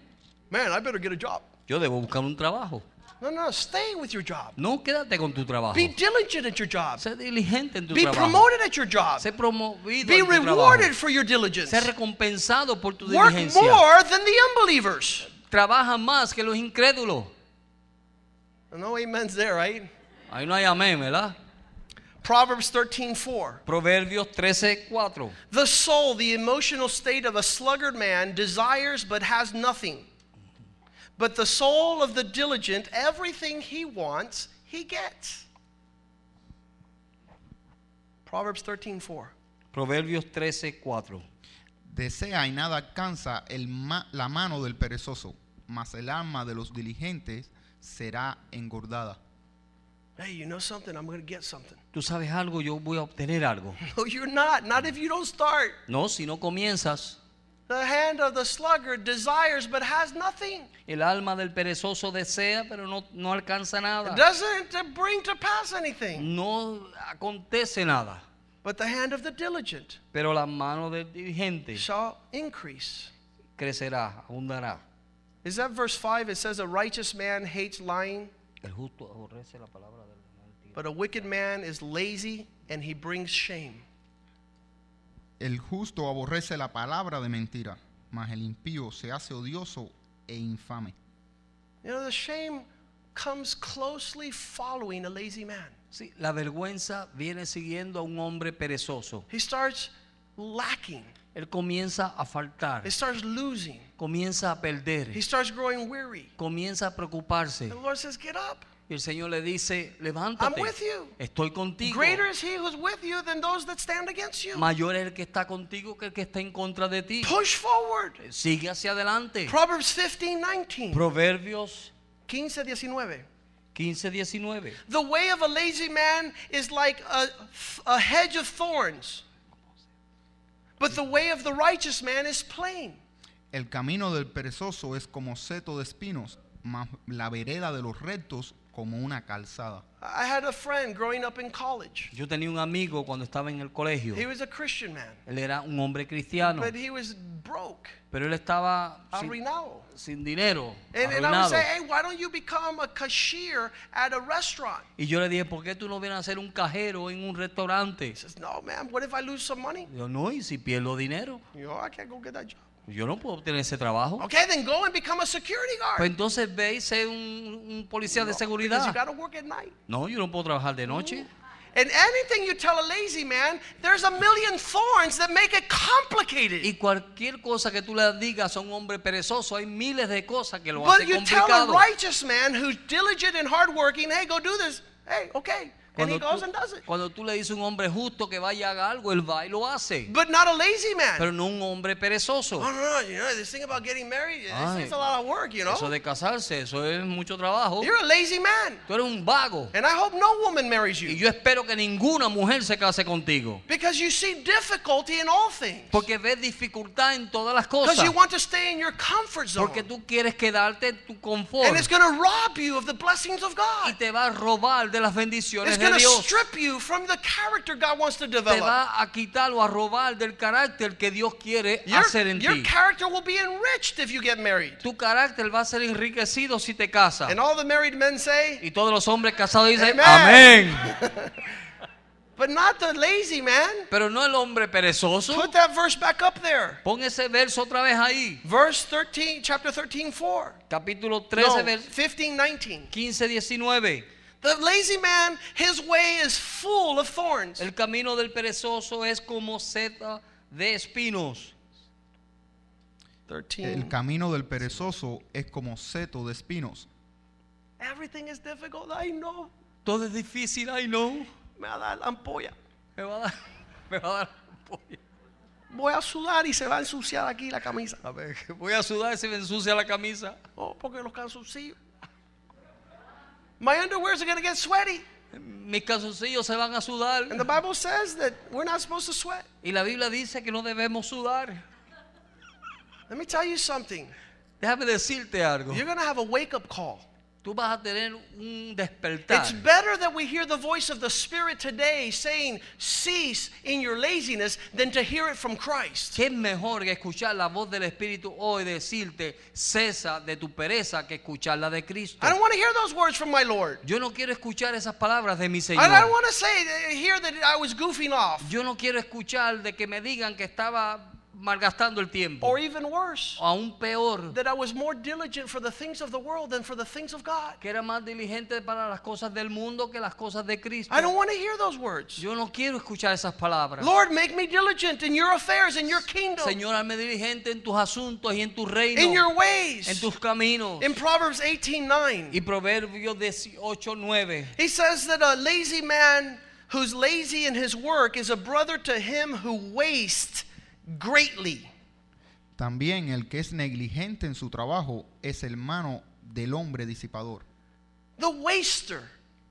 Speaker 2: Man, I better get a job.
Speaker 1: Yo debo buscar un trabajo.
Speaker 2: No, no, stay with your job.
Speaker 1: No, quédate con tu trabajo.
Speaker 2: Be diligent at your job.
Speaker 1: Sé diligente en tu
Speaker 2: Be
Speaker 1: trabajo.
Speaker 2: promoted at your job.
Speaker 1: Sé promovido
Speaker 2: Be
Speaker 1: en tu trabajo.
Speaker 2: rewarded for your diligence.
Speaker 1: Sé recompensado por tu
Speaker 2: Work
Speaker 1: diligencia.
Speaker 2: more than the unbelievers.
Speaker 1: Trabaja más que los incrédulos.
Speaker 2: No amens there, right?
Speaker 1: Ahí no hay amén, ¿verdad?
Speaker 2: Proverbs thirteen four.
Speaker 1: Proverbios 13, 4.
Speaker 2: The soul, the emotional state of a sluggard man, desires but has nothing. But the soul of the diligent, everything he wants, he gets. Proverbs thirteen four.
Speaker 1: Proverbios 13, 4.
Speaker 3: Desea y nada alcanza el ma- la mano del perezoso, mas el alma de los diligentes será engordada.
Speaker 2: Hey, you know something? I'm going to get something.
Speaker 1: Tú sabes algo, yo voy a obtener algo.
Speaker 2: No, you're not. Not if you don't start.
Speaker 1: No, si no comienzas.
Speaker 2: The hand of the sluggard desires but has nothing.
Speaker 1: El alma del perezoso desea, pero no, no alcanza
Speaker 2: It
Speaker 1: nada.
Speaker 2: doesn't uh, bring to pass anything.
Speaker 1: No acontece nada.
Speaker 2: But the hand of the diligent
Speaker 1: Pero la mano del dirigente
Speaker 2: shall increase.
Speaker 1: crecerá, abundará.
Speaker 2: Is that verse 5? It says, A righteous man hates lying,
Speaker 1: El justo aborrece la palabra del mentira.
Speaker 2: but a wicked man is lazy and he brings shame.
Speaker 3: El justo aborrece la palabra de mentira, mas el impío se hace odioso e infame.
Speaker 2: You know, the shame comes closely following a lazy man.
Speaker 1: Sí, la vergüenza viene siguiendo a un hombre perezoso.
Speaker 2: He starts lacking,
Speaker 1: Él comienza a faltar,
Speaker 2: he starts losing,
Speaker 1: comienza a perder.
Speaker 2: he starts growing weary.
Speaker 1: comienza a preocuparse.
Speaker 2: And the Lord says, Get up.
Speaker 1: Y el Señor le dice, levántate.
Speaker 2: I'm with you.
Speaker 1: Estoy contigo.
Speaker 2: Greater is he who's with you than those that stand against you.
Speaker 1: Mayor es el que está contigo que el que está en contra de ti.
Speaker 2: Push forward.
Speaker 1: Sigue hacia adelante.
Speaker 2: Proverbs 15, 19.
Speaker 1: Proverbios
Speaker 2: 15, 19.
Speaker 1: 15, 19.
Speaker 2: The way of a lazy man is like a, a hedge of thorns, but the way of the righteous man is plain.
Speaker 3: El camino del perezoso es como seto de espinos, mas la vereda de los rectos como una calzada.
Speaker 2: I had a friend growing up in college.
Speaker 1: Yo tenía un amigo cuando estaba en el colegio.
Speaker 2: He was a Christian man,
Speaker 1: Él era un hombre cristiano,
Speaker 2: but he was broke,
Speaker 1: pero él estaba sin,
Speaker 2: arruinado.
Speaker 1: sin dinero,
Speaker 2: And, and I would
Speaker 1: arruinado.
Speaker 2: say, hey, why don't you become a cashier at a restaurant?
Speaker 1: Y yo le dije, ¿por qué tú no vienes a ser un cajero en un restaurante?
Speaker 2: He says, no, ma'am, what if I lose some money?
Speaker 1: Yo no, y si pierdo dinero,
Speaker 2: You know, I can't go get that job.
Speaker 1: yo no puedo obtener ese trabajo.
Speaker 2: Okay, then go and become a security
Speaker 1: Pues
Speaker 2: guard.
Speaker 1: entonces ve y sé un, un policía de
Speaker 2: Because you
Speaker 1: seguridad.
Speaker 2: got to work at night.
Speaker 1: No, yo no puedo trabajar de
Speaker 2: Mm.
Speaker 1: noche.
Speaker 2: And anything you tell a lazy man, there's a million thorns that make it
Speaker 1: Y
Speaker 2: complicated.
Speaker 1: cualquier cosa que tú le digas a un hombre perezoso, hay miles de cosas que lo
Speaker 2: But
Speaker 1: hacen
Speaker 2: you tell a
Speaker 1: complicado.
Speaker 2: righteous man who's diligent and hardworking, hey, go do this. Hey, okay. and he
Speaker 1: Cuando
Speaker 2: goes
Speaker 1: tú, Oh.
Speaker 2: and does it.
Speaker 1: cuando tú le dices a un hombre justo que vaya y haga algo, él va y lo hace.
Speaker 2: But not a lazy man.
Speaker 1: Pero no un hombre perezoso.
Speaker 2: Oh, no, no, you know, this thing about getting married,
Speaker 1: Ay.
Speaker 2: it's a lot of work, you
Speaker 1: Eso
Speaker 2: know.
Speaker 1: de oh. casarse, eso es mucho trabajo.
Speaker 2: You're a lazy man.
Speaker 1: Tú eres un vago.
Speaker 2: And I hope no woman marries you.
Speaker 1: Y yo espero que ninguna mujer se case contigo.
Speaker 2: Because you see difficulty in all things.
Speaker 1: Porque ves dificultad en todas las
Speaker 2: Because
Speaker 1: cosas.
Speaker 2: you want to stay in your comfort zone.
Speaker 1: Porque tú quieres quedarte en tu confort.
Speaker 2: And it's going to rob you of the blessings of
Speaker 1: Y
Speaker 2: God.
Speaker 1: te va a robar de las
Speaker 2: It's
Speaker 1: bendiciones
Speaker 2: going
Speaker 1: de
Speaker 2: to
Speaker 1: Dios.
Speaker 2: strip you from the character God wants to
Speaker 1: Te
Speaker 2: develop.
Speaker 1: va a quitar o a robar del carácter que Dios quiere
Speaker 2: Your,
Speaker 1: hacer en
Speaker 2: your
Speaker 1: ti.
Speaker 2: character will be enriched if you get married.
Speaker 1: Tu carácter va a ser enriquecido si te casas.
Speaker 2: And all the married men say,
Speaker 1: Y todos los hombres casados dicen,
Speaker 2: Amen.
Speaker 1: amén.
Speaker 2: but not the lazy man.
Speaker 1: Pero no el hombre perezoso.
Speaker 2: Put that verse back up there.
Speaker 1: Pon ese verso otra vez ahí.
Speaker 2: Verse 13, chapter 13, 4.
Speaker 1: Capítulo 13,
Speaker 2: No,
Speaker 1: vers-
Speaker 2: 15, 19.
Speaker 1: 15, 19.
Speaker 2: The lazy man, his way is full of thorns.
Speaker 1: El camino del perezoso es como seta de espinos.
Speaker 2: 13.
Speaker 3: El camino del perezoso es como seto de espinos.
Speaker 2: Everything is difficult. I know.
Speaker 1: Todo es difícil, ay no.
Speaker 2: Me va a dar ampolla.
Speaker 1: Me va a dar, me va a dar apoyo.
Speaker 2: Voy a sudar y se va a ensuciar aquí la camisa.
Speaker 1: A ver, que voy a sudar si me ensucia la camisa.
Speaker 2: Oh, porque los calzoncillos. My underwears are going to get sweaty.
Speaker 1: Mis calzoncillos se van a sudar.
Speaker 2: And the Bible says that we're not supposed to sweat.
Speaker 1: Y la Biblia dice que no debemos sudar.
Speaker 2: Let me tell you something.
Speaker 1: Déjame decirte algo.
Speaker 2: You're going to have a wake up call.
Speaker 1: Tú vas a tener un despertar.
Speaker 2: It's better that we hear the voice of the Spirit today saying, cease in your laziness, than to hear it from Christ.
Speaker 1: ¿Qué es mejor que escuchar la voz del Espíritu hoy decirte, cesa de tu pereza que escuchar la de Cristo?
Speaker 2: I don't want to hear those words from my Lord.
Speaker 1: Yo no quiero escuchar esas palabras de mi
Speaker 2: I don't
Speaker 1: Señor.
Speaker 2: want to say, uh, hear that I was goofing off.
Speaker 1: Yo no quiero escuchar de que me digan que estaba malgastando el tiempo.
Speaker 2: Or even worse,
Speaker 1: O aún peor,
Speaker 2: that I was more diligent for the things of the world than for the things of God.
Speaker 1: que era más diligente para las cosas del mundo que las cosas de Cristo.
Speaker 2: I don't want to hear those words.
Speaker 1: Yo no quiero escuchar esas palabras.
Speaker 2: Lord, make me diligent in your affairs, in your kingdom,
Speaker 1: Señor, hazme diligente en tus asuntos y en tu
Speaker 2: in
Speaker 1: reino,
Speaker 2: your ways.
Speaker 1: en tus caminos.
Speaker 2: In Proverbs 18 9,
Speaker 1: Y Proverbios 18, 9.
Speaker 2: he says that a lazy man who's lazy in his work is a brother to him who wastes greatly.
Speaker 3: También el que es negligente en su trabajo es hermano del hombre disipador.
Speaker 2: The waster,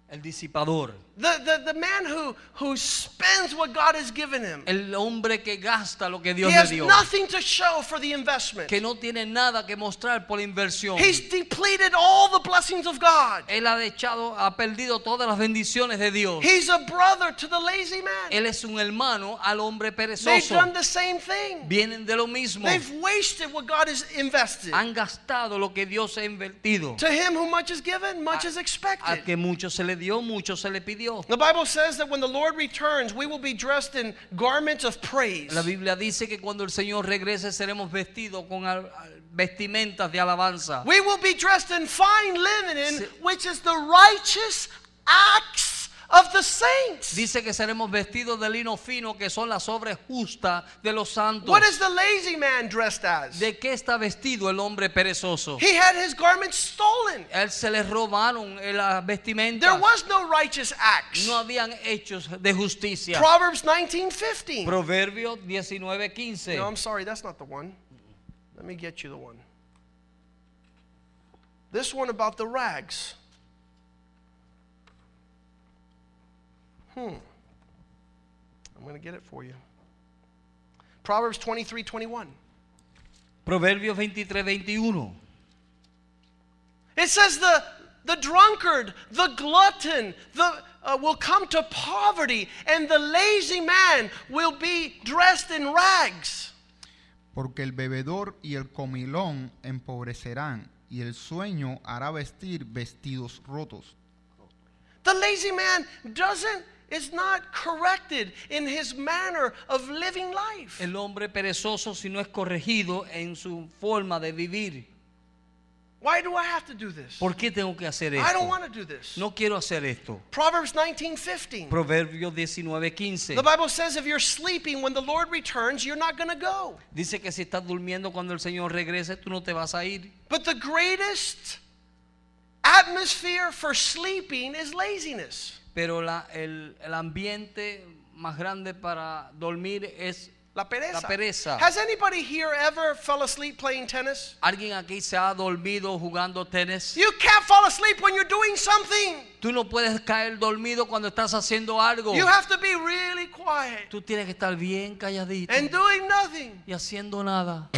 Speaker 1: El disipador.
Speaker 2: the, the, the man who, who spends what God has given him.
Speaker 1: El hombre que gasta lo que
Speaker 2: He
Speaker 1: Dios le
Speaker 2: has
Speaker 1: dio.
Speaker 2: nothing to show for the investment.
Speaker 1: Que no tiene nada que mostrar por la inversión.
Speaker 2: He's depleted all the blessings of God.
Speaker 1: Él ha echado, ha perdido todas las bendiciones de Dios.
Speaker 2: He's a brother to the lazy man.
Speaker 1: Él es un hermano al hombre
Speaker 2: They've
Speaker 1: perezoso.
Speaker 2: done the same thing.
Speaker 1: Vienen de lo mismo.
Speaker 2: They've wasted what God has invested.
Speaker 1: Han gastado lo que Dios ha invertido.
Speaker 2: To him who much is given, much is
Speaker 1: Al
Speaker 2: expected.
Speaker 1: que mucho se le dio, mucho se le pidió.
Speaker 2: The Bible says that when the Lord returns, we will be dressed in garments of praise.
Speaker 1: La Biblia dice que cuando el Señor regrese seremos vestidos con al- al- vestimentas de alabanza.
Speaker 2: We will be dressed in fine linen,
Speaker 1: Se-
Speaker 2: which is the righteous acts of the saints.
Speaker 1: Dice que seremos vestidos de lino fino, que son las obras justas de los santos.
Speaker 2: What is the lazy man dressed as?
Speaker 1: ¿De qué está vestido el hombre perezoso?
Speaker 2: He had his garments stolen.
Speaker 1: A él se le robaron eh, las vestimentas.
Speaker 2: There was no righteous acts.
Speaker 1: No habían hechos de justicia.
Speaker 2: Proverbs 19:15.
Speaker 1: Proverbios 19:15.
Speaker 2: No, I'm sorry, that's not the one. Let me get you the one. This one about the rags. Hmm. I'm going to get it for you. Proverbs 23 21.
Speaker 1: Proverbios 23:21.
Speaker 2: It says, The, the drunkard, the glutton, the, uh, will come to poverty, and the lazy man will be dressed in rags.
Speaker 3: Porque el bebedor y el comilón empobrecerán, y el sueño hará vestir vestidos rotos.
Speaker 2: The lazy man doesn't is not corrected in his manner of living life.
Speaker 1: El hombre perezoso si no es corregido en su forma de vivir.
Speaker 2: Why do I have to do this?
Speaker 1: ¿Por qué tengo que hacer
Speaker 2: I don't
Speaker 1: esto?
Speaker 2: want to do this.
Speaker 1: No quiero hacer esto.
Speaker 2: Proverbs 19:15.
Speaker 1: Proverbios
Speaker 2: The
Speaker 1: 19:15.
Speaker 2: Bible says if you're sleeping when the Lord returns, you're not going to go.
Speaker 1: Dice que si estás durmiendo cuando el Señor regrese, tú no te vas a ir.
Speaker 2: But the greatest atmosphere for sleeping is laziness.
Speaker 1: Pero la- el, el ambiente más grande para dormir es
Speaker 2: La pereza.
Speaker 1: La pereza.
Speaker 2: Has anybody here ever fell asleep playing tennis?
Speaker 1: alguien aquí se ha dormido jugando tenis.
Speaker 2: You can't fall asleep when you're doing something.
Speaker 1: Tú no puedes caer dormido cuando estás haciendo algo.
Speaker 2: You have to be really quiet
Speaker 1: Tú tienes que estar bien calladito
Speaker 2: and doing nothing.
Speaker 1: y haciendo nada.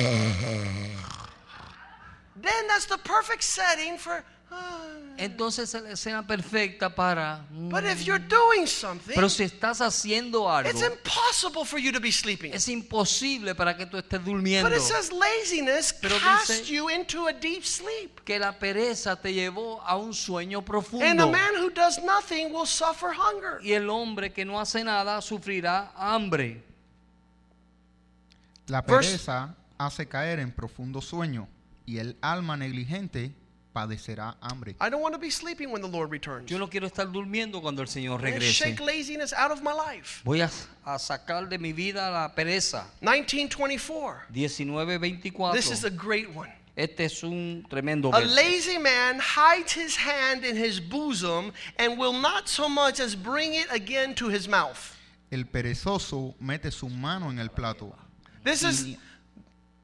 Speaker 2: Then that's the perfect setting for. ah.
Speaker 1: Entonces es la escena perfecta para. mm.
Speaker 2: but if you're doing something,
Speaker 1: Pero si estás haciendo algo,
Speaker 2: it's impossible for you to be sleeping.
Speaker 1: es imposible para que tú estés durmiendo.
Speaker 2: But it says laziness
Speaker 1: Pero
Speaker 2: casts
Speaker 1: dice-
Speaker 2: you into a deep sleep.
Speaker 1: Que la pereza te llevó a un sueño
Speaker 2: And a
Speaker 1: profundo.
Speaker 2: man who does nothing will suffer hunger.
Speaker 1: Y el hombre que no hace nada sufrirá hambre.
Speaker 3: La
Speaker 2: Verse-
Speaker 3: pereza hace caer en profundo sueño y el alma negligente padecerá hambre.
Speaker 2: I don't want to be sleeping when the Lord returns.
Speaker 1: Yo no quiero estar durmiendo cuando el Señor
Speaker 2: And
Speaker 1: regrese.
Speaker 2: shake laziness out of my life.
Speaker 1: Voy a, a sacar de mi vida la pereza.
Speaker 2: 1924. This is a
Speaker 1: 1924.
Speaker 2: great one.
Speaker 1: Este es un tremendo
Speaker 2: A
Speaker 1: verso.
Speaker 2: lazy man hides his hand in his bosom and will not so much as bring it again to his mouth.
Speaker 3: El perezoso mete su mano en el plato
Speaker 2: This is.
Speaker 3: y,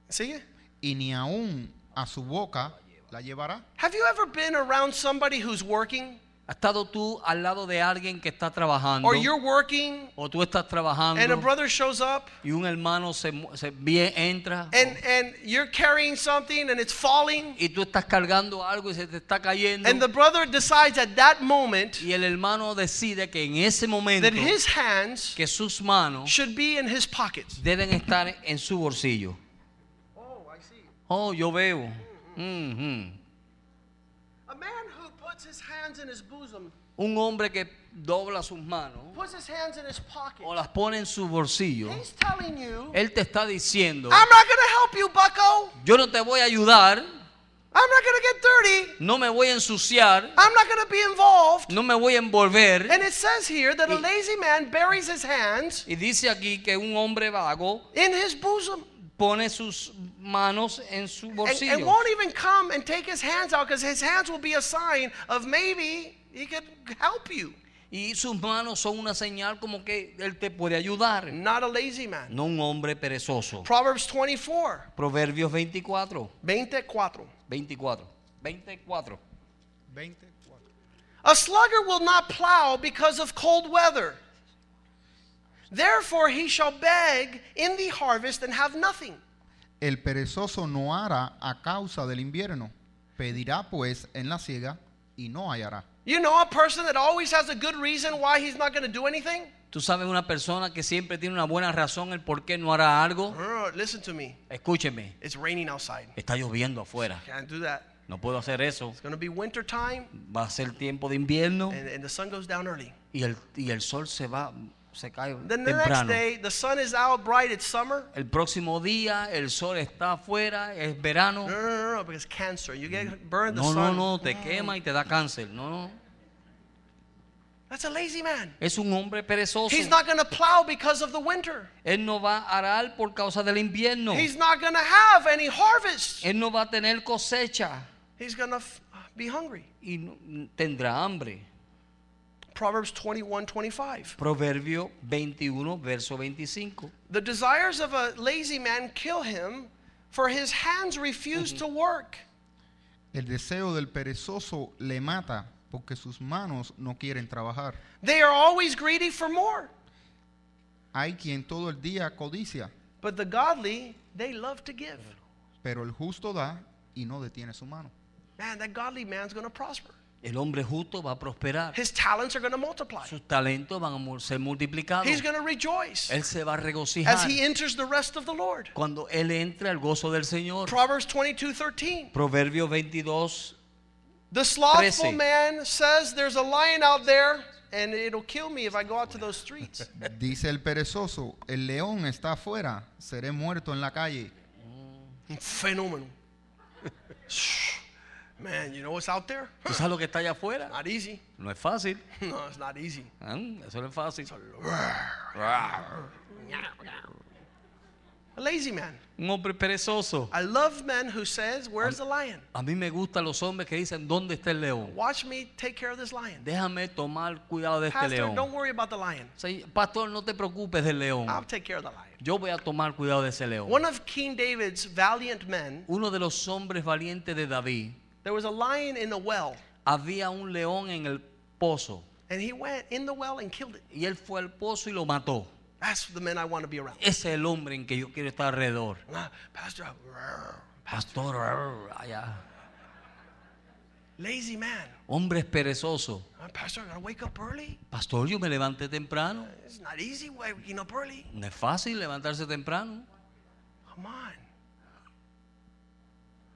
Speaker 2: See?
Speaker 3: y ni aún a su boca la llevará.
Speaker 2: Have you ever been around somebody who's working?
Speaker 1: ¿Has estado tú al lado de alguien que está trabajando?
Speaker 2: Or you're working
Speaker 1: ¿O tú estás trabajando
Speaker 2: and a brother shows up
Speaker 1: y un hermano se, mu- se vie- entra
Speaker 2: and, and you're carrying something and it's falling
Speaker 1: y tú estás cargando algo y se te está cayendo?
Speaker 2: and the brother decides at that moment
Speaker 1: y el hermano decide que en ese momento
Speaker 2: that his hands
Speaker 1: que sus manos
Speaker 2: should be in his pockets.
Speaker 1: deben estar en su bolsillo.
Speaker 2: Oh, I see.
Speaker 1: Oh, yo veo. Mm-hmm. Ujú.
Speaker 2: A man who puts his hands in his bosom,
Speaker 1: Un hombre que dobla sus manos
Speaker 2: puts his hands in his pocket.
Speaker 1: o las pone en su bolsillo.
Speaker 2: He's telling you,
Speaker 1: Él te está diciendo,
Speaker 2: I'm not going to help you, bucko.
Speaker 1: yo no te voy a ayudar,
Speaker 2: I'm not going to get dirty.
Speaker 1: no me voy a ensuciar,
Speaker 2: I'm not going to be involved.
Speaker 1: no me voy a envolver.
Speaker 2: And it says here that a
Speaker 1: Y-
Speaker 2: lazy man buries his hands
Speaker 1: Y dice aquí que un hombre vago
Speaker 2: in his bosom
Speaker 1: pone sus manos en su
Speaker 2: and,
Speaker 1: bolsillo
Speaker 2: and won't even come and take his hands out because his hands will be a sign of maybe he could help you.
Speaker 1: y sus manos son una señal como que él te puede ayudar.
Speaker 2: Not a lazy man.
Speaker 1: No un hombre perezoso.
Speaker 2: Proverbs 24.
Speaker 1: Proverbios 24,
Speaker 2: 24.
Speaker 1: 24, 24.
Speaker 3: 24.
Speaker 2: A sluggard will not plow because of cold weather. Therefore, he shall beg in the harvest and have nothing.
Speaker 3: El perezoso no hará a causa del invierno. Pedirá pues en la ciega y no hallará.
Speaker 2: You know, a person that always has a good reason why he's not going to do anything?
Speaker 1: Tú sabes una persona que siempre tiene una buena razón el por qué no hará algo.
Speaker 2: Brr, Listen to me.
Speaker 1: Escúcheme,
Speaker 2: It's raining outside.
Speaker 1: está lloviendo afuera.
Speaker 2: Can't do that.
Speaker 1: No puedo hacer eso.
Speaker 2: It's going to be winter time,
Speaker 1: Va a ser tiempo de invierno
Speaker 2: and, and the sun goes down early.
Speaker 1: y el, y el sol se va, se cae
Speaker 2: Then the next
Speaker 1: temprano.
Speaker 2: day, the sun is out bright. It's summer.
Speaker 1: El próximo día el sol está afuera, es verano.
Speaker 2: No, no, no, no, because cancer. You get burned. The
Speaker 1: Mm. No, no,
Speaker 2: sun.
Speaker 1: no, te quema y te da cáncer. No, no.
Speaker 2: That's a lazy man.
Speaker 1: Es un hombre perezoso.
Speaker 2: He's not going to plow because of the winter.
Speaker 1: Él no va a arar por causa del invierno.
Speaker 2: He's not going to have any harvest.
Speaker 1: Él no va a tener cosecha
Speaker 2: He's going to f- be hungry.
Speaker 1: y no- tendrá hambre.
Speaker 2: Proverbs 21 25.
Speaker 1: Proverbio 21, verso 25.
Speaker 2: The desires of a lazy man kill him, for his hands refuse
Speaker 1: Mm-hmm.
Speaker 2: to work.
Speaker 3: El deseo del perezoso le mata porque sus manos no quieren trabajar.
Speaker 2: They are always greedy for more.
Speaker 3: Hay quien todo el día codicia,
Speaker 2: But the godly, they love to give.
Speaker 3: pero el justo da y no detiene su mano.
Speaker 2: Man, that godly man's going to prosper.
Speaker 1: El hombre justo va a prosperar.
Speaker 2: His talents are going to multiply.
Speaker 1: Sus talentos van a mu- ser multiplicados.
Speaker 2: He's going to rejoice
Speaker 1: Él se va a
Speaker 2: as
Speaker 1: regocijar
Speaker 2: he enters the rest of the Lord.
Speaker 1: cuando él entre al gozo del Señor.
Speaker 2: Proverbs 22 13.
Speaker 1: Proverbio 22,
Speaker 2: The slothful
Speaker 1: Trece.
Speaker 2: man says there's a lion out there and it'll kill me if I go out to those streets.
Speaker 3: Dice el perezoso, el león está afuera, seré muerto en la calle.
Speaker 2: Phenomenal. man, you know what's out there?
Speaker 1: ¿Tú sabes lo que está allá afuera?
Speaker 2: Not easy.
Speaker 1: No es fácil. ¿eh?
Speaker 2: No, it's not easy.
Speaker 1: Ah, Eso no es fácil.
Speaker 2: A lazy man.
Speaker 1: un hombre perezoso.
Speaker 2: I love men who says, "Where's the lion?
Speaker 1: A mí me gustan los hombres que dicen, ¿dónde está el león?
Speaker 2: Watch me take care of this lion."
Speaker 1: Déjame tomar cuidado de este
Speaker 2: Pastor,
Speaker 1: león.
Speaker 2: don't worry about the lion.
Speaker 1: Sí, Pastor, no te preocupes del león.
Speaker 2: I'll take care of the lion.
Speaker 1: Yo voy a tomar cuidado de ese león.
Speaker 2: Ah. One of King David's valiant men,
Speaker 1: Uno de los hombres valientes de David,
Speaker 2: there was a lion in a well,
Speaker 1: había un león en el pozo.
Speaker 2: and he went in the well and killed it.
Speaker 1: Y él fue al pozo y lo mató.
Speaker 2: That's the men I want to be around.
Speaker 1: Ese es el hombre en que yo quiero estar alrededor.
Speaker 2: Ah, Pastor, rrr,
Speaker 1: Pastor, arr, allá.
Speaker 2: lazy man.
Speaker 1: Hombres perezosos.
Speaker 2: Ah, Pastor, I gotta wake up early.
Speaker 1: Pastor, yo me levanté temprano.
Speaker 2: It's not easy waking up early.
Speaker 1: No es fácil levantarse temprano.
Speaker 2: Come on.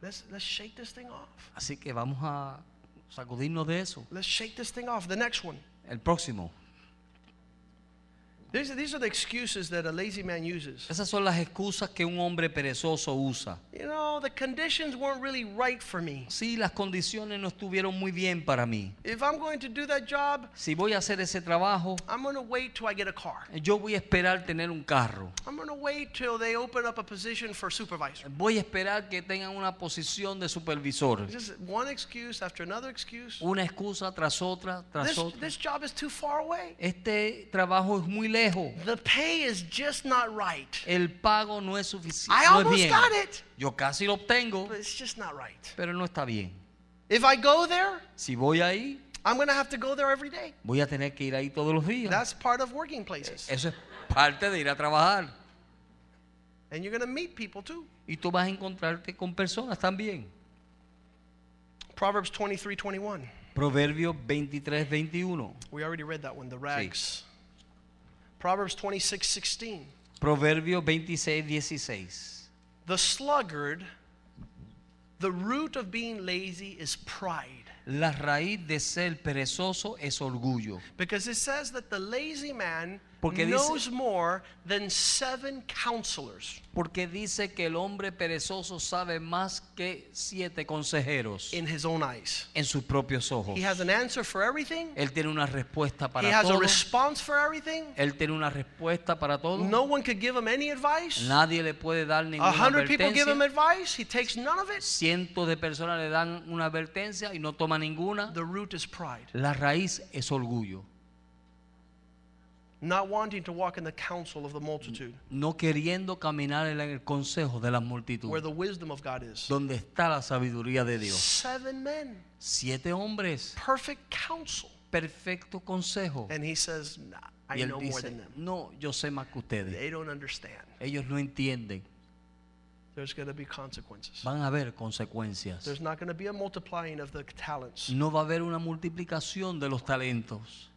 Speaker 2: Let's let's shake this thing off.
Speaker 1: Así que vamos a sacudirnos de eso.
Speaker 2: Let's shake this thing off. The next one.
Speaker 1: El próximo.
Speaker 2: These are, these are the excuses that a lazy man uses.
Speaker 1: Esas son las excusas que un hombre perezoso usa.
Speaker 2: You know, the conditions weren't really right for me.
Speaker 1: Si las condiciones no estuvieron muy bien para mí,
Speaker 2: If I'm going to do that job,
Speaker 1: si voy a hacer ese trabajo,
Speaker 2: I'm going to wait till I get a car.
Speaker 1: yo voy a esperar tener un carro.
Speaker 2: I'm going to wait till they open up a position for supervisor.
Speaker 1: Voy a esperar que tengan una posición de supervisor.
Speaker 2: Just one excuse after another excuse.
Speaker 1: Una excusa tras otra, tras
Speaker 2: This,
Speaker 1: otra.
Speaker 2: this job is too far away.
Speaker 1: Este trabajo es muy lejos.
Speaker 2: The pay is just not right.
Speaker 1: El pago no es suficiente.
Speaker 2: I
Speaker 1: no es
Speaker 2: almost
Speaker 1: bien.
Speaker 2: got it.
Speaker 1: Yo casi lo obtengo,
Speaker 2: But it's just not right.
Speaker 1: pero no está bien.
Speaker 2: If I go there,
Speaker 1: Si voy ahí,
Speaker 2: I'm going to have to go there every day.
Speaker 1: voy a tener que ir ahí todos los días.
Speaker 2: That's part of working places.
Speaker 1: Eso es parte de ir a trabajar.
Speaker 2: And you're going to meet people too.
Speaker 1: Y tú vas a encontrarte con personas también.
Speaker 2: Proverbs 23 21.
Speaker 1: Proverbios 23, 21.
Speaker 2: We already read that one, the rags. Proverbs 26 16.
Speaker 1: Proverbios 26, 16.
Speaker 2: The sluggard, the root of being lazy is pride.
Speaker 1: La raíz de ser perezoso es orgullo.
Speaker 2: Because it says that the lazy man
Speaker 1: Porque dice-
Speaker 2: knows more than seven counselors.
Speaker 1: Porque dice que el hombre perezoso sabe más que siete consejeros
Speaker 2: in his own eyes.
Speaker 1: en sus propios ojos.
Speaker 2: He has an answer for everything.
Speaker 1: Él tiene una respuesta
Speaker 2: He
Speaker 1: para
Speaker 2: has a
Speaker 1: todo.
Speaker 2: response for everything.
Speaker 1: Él tiene una respuesta para todo.
Speaker 2: No one could give him any advice.
Speaker 1: Nadie le puede dar
Speaker 2: A
Speaker 1: ninguna
Speaker 2: hundred people give him
Speaker 1: advertencia.
Speaker 2: advice. He takes none of it.
Speaker 1: Cientos de personas le dan una advertencia y no toma ninguna.
Speaker 2: The root is pride,
Speaker 1: La raíz es orgullo.
Speaker 2: not wanting to walk in the counsel of the multitude,
Speaker 1: No queriendo caminar en el consejo de las
Speaker 2: where
Speaker 1: multitudes.
Speaker 2: the wisdom of God is.
Speaker 1: Donde está la sabiduría de Dios.
Speaker 2: Seven men,
Speaker 1: Siete hombres.
Speaker 2: perfect counsel.
Speaker 1: Perfecto consejo.
Speaker 2: And he says, nah, I
Speaker 1: Y él
Speaker 2: know more
Speaker 1: dice,
Speaker 2: than them.
Speaker 1: no, yo sé más que ustedes.
Speaker 2: They don't understand.
Speaker 1: Ellos no entienden.
Speaker 2: There's going to be consequences.
Speaker 1: Van a haber consecuencias.
Speaker 2: There's not going to be a multiplying of the talents.
Speaker 1: No va a haber una multiplicación de los talentos.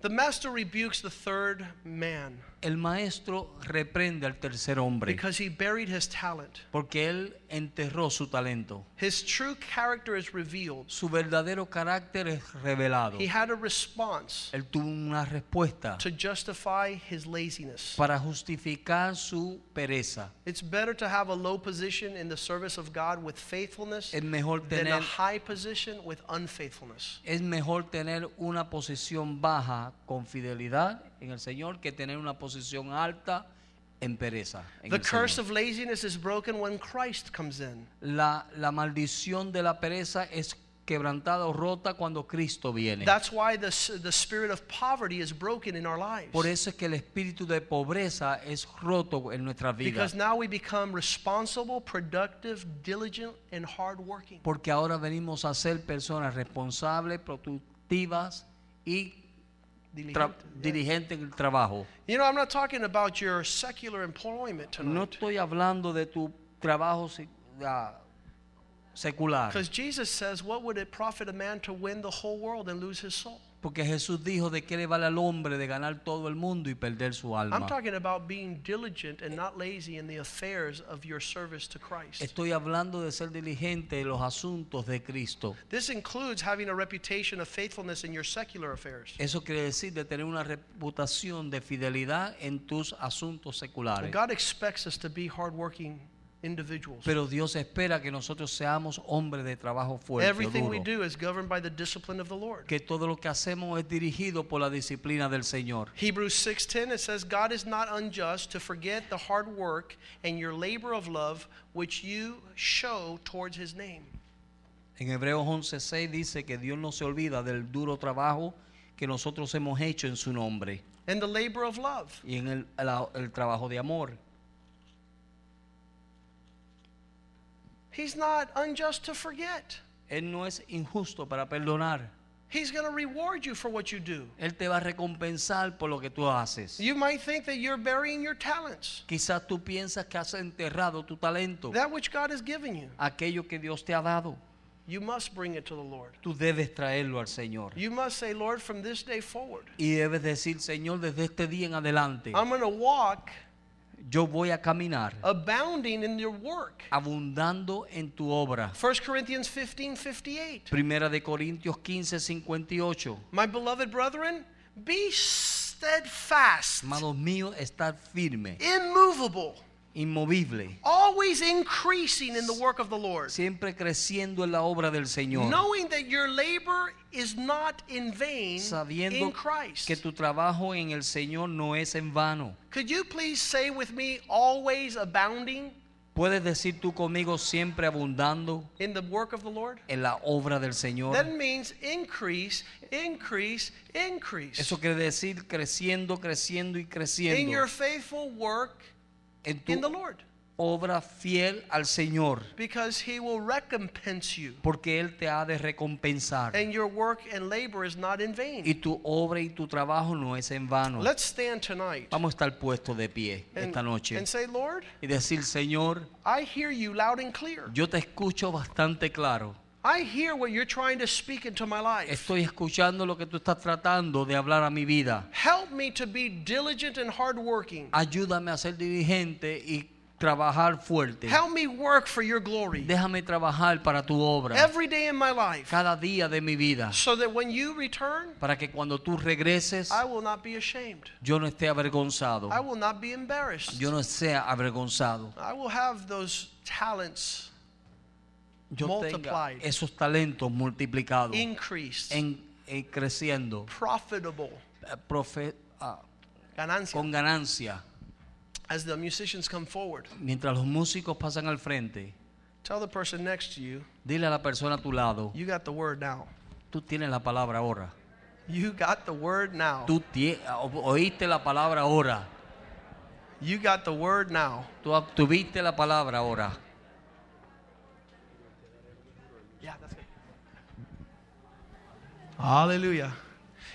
Speaker 2: The master rebukes the third man
Speaker 1: El maestro reprende al tercer hombre
Speaker 2: because he buried his talent.
Speaker 1: porque él enterró su talento.
Speaker 2: His true character is revealed.
Speaker 1: Su verdadero carácter es revelado.
Speaker 2: He had a response
Speaker 1: Él tuvo una respuesta
Speaker 2: to justify his laziness.
Speaker 1: para justificar su pereza.
Speaker 2: It's better to have a low position in the service of God with faithfulness
Speaker 1: Es mejor
Speaker 2: than a
Speaker 1: tener,
Speaker 2: high position with unfaithfulness.
Speaker 1: es mejor tener una posición baja con fidelidad en el Señor que tener una posición alta en pereza. en
Speaker 2: The
Speaker 1: el Señor.
Speaker 2: curse of laziness is broken when Christ comes in.
Speaker 1: La, la maldición de la pereza es quebrantada o rota cuando Cristo viene.
Speaker 2: That's why the, s- the spirit of poverty is broken in our lives.
Speaker 1: Por eso es que el espíritu de pobreza es roto en nuestras vidas.
Speaker 2: Because now we become responsible, productive, diligent, and hardworking.
Speaker 1: Porque ahora venimos a ser personas responsables, productivas y tra-
Speaker 2: Diligente, yeah.
Speaker 1: dirigentes en el trabajo.
Speaker 2: You know, I'm not talking about your secular employment
Speaker 1: No
Speaker 2: tonight.
Speaker 1: estoy hablando de tu trabajo se- ah, secular.
Speaker 2: Because Jesus says, What would it profit a man to win the whole world and lose his soul?
Speaker 1: Porque Jesús dijo de qué le vale al hombre de ganar todo el mundo y perder su
Speaker 2: I'm
Speaker 1: alma.
Speaker 2: talking about being diligent and not lazy in the affairs of your service to Christ.
Speaker 1: Estoy hablando de ser diligente en los asuntos de Cristo.
Speaker 2: This includes having a reputation of faithfulness in your secular affairs.
Speaker 1: Eso quiere decir de tener una reputación de fidelidad en tus asuntos seculares.
Speaker 2: God expects us to be hardworking individuals.
Speaker 1: Pero Dios espera que nosotros seamos hombres de trabajo fuerte,
Speaker 2: Everything we
Speaker 1: duro.
Speaker 2: do is governed by the discipline of the Lord.
Speaker 1: que todo lo que hacemos es dirigido por la disciplina del Señor.
Speaker 2: Hebrews 6:10 it says God is not unjust to forget the hard work and your labor of love which you show towards his name.
Speaker 1: En Hebreos 11:6 dice que Dios no se olvida del duro trabajo que nosotros hemos hecho en su nombre
Speaker 2: And the labor of love.
Speaker 1: y en el, la- el trabajo de amor.
Speaker 2: He's not unjust to forget.
Speaker 1: Él no es injusto para perdonar.
Speaker 2: He's going to reward you for what you do.
Speaker 1: Él te va a recompensar por lo que tú haces.
Speaker 2: You might think that you're burying your talents,
Speaker 1: Quizás tú piensas que has enterrado tu talento,
Speaker 2: that which God has given you.
Speaker 1: aquello que Dios te ha dado.
Speaker 2: You must bring it to the Lord.
Speaker 1: Tú debes traerlo al Señor.
Speaker 2: You must say, Lord, from this day forward,
Speaker 1: Y debes decir, Señor, desde este día en adelante,
Speaker 2: I'm going to walk
Speaker 1: yo voy a caminar
Speaker 2: abounding in your work.
Speaker 1: abundando en tu obra.
Speaker 2: 1 Corinthians 15 58.
Speaker 1: Primera de Corintios 15, 58.
Speaker 2: My beloved brethren, be steadfast,
Speaker 1: Amados míos, estar firme,
Speaker 2: immovable,
Speaker 1: inmovible,
Speaker 2: always increasing in the work of the Lord,
Speaker 1: siempre creciendo en la obra del Señor,
Speaker 2: knowing that your labor is not in vain in
Speaker 1: sabiendo
Speaker 2: Christ.
Speaker 1: que tu trabajo en el Señor no es en vano.
Speaker 2: Could you please say with me, always abounding
Speaker 1: ¿Puedes decir tú conmigo siempre abundando
Speaker 2: in the work of the Lord?
Speaker 1: en la obra del Señor?
Speaker 2: That means increase, increase, increase.
Speaker 1: Eso quiere decir creciendo, creciendo y
Speaker 2: in your
Speaker 1: creciendo
Speaker 2: faithful work
Speaker 1: en tu
Speaker 2: in the Lord
Speaker 1: obra fiel al Señor,
Speaker 2: because he will recompense you
Speaker 1: porque Él te ha de recompensar.
Speaker 2: and your work and labor is not in
Speaker 1: Y
Speaker 2: vain.
Speaker 1: tu obra y tu trabajo no es en vano.
Speaker 2: Let's stand tonight
Speaker 1: Vamos a estar puestos de pie
Speaker 2: and,
Speaker 1: esta noche
Speaker 2: and say, Lord,
Speaker 1: y decir, Señor,
Speaker 2: I hear you loud and clear.
Speaker 1: yo te escucho bastante claro.
Speaker 2: I hear what you're trying to speak into my life.
Speaker 1: Estoy escuchando lo que tú estás tratando de hablar a mi vida.
Speaker 2: Help me to be diligent and hardworking.
Speaker 1: Ah, Ayúdame a ser dirigente y trabajar fuerte.
Speaker 2: Help me work for your glory
Speaker 1: Déjame trabajar para tu obra
Speaker 2: every day in my life
Speaker 1: cada día de mi vida
Speaker 2: so that when you return,
Speaker 1: para que cuando tú regreses
Speaker 2: I will not be ashamed.
Speaker 1: yo no esté avergonzado.
Speaker 2: I will not be embarrassed.
Speaker 1: Yo no sea avergonzado.
Speaker 2: I will have those talents
Speaker 1: Yo tenga
Speaker 2: Multiplied.
Speaker 1: esos talentos multiplicados
Speaker 2: increased,
Speaker 1: en, en creciendo.
Speaker 2: profitable,
Speaker 1: eh, profe- ah,
Speaker 2: ganancia.
Speaker 1: con ganancia.
Speaker 2: As the musicians come forward,
Speaker 1: Mientras los músicos pasan al frente,
Speaker 2: tell the person next to you,
Speaker 1: dile a la persona a tu lado,
Speaker 2: you got the word now.
Speaker 1: tú tienes la palabra ahora.
Speaker 2: You got the word now.
Speaker 1: Tú tie- o- oíste la palabra ahora.
Speaker 2: You got the word now.
Speaker 1: Tú obtuviste la palabra ahora.
Speaker 2: Yeah, that's it. Hallelujah.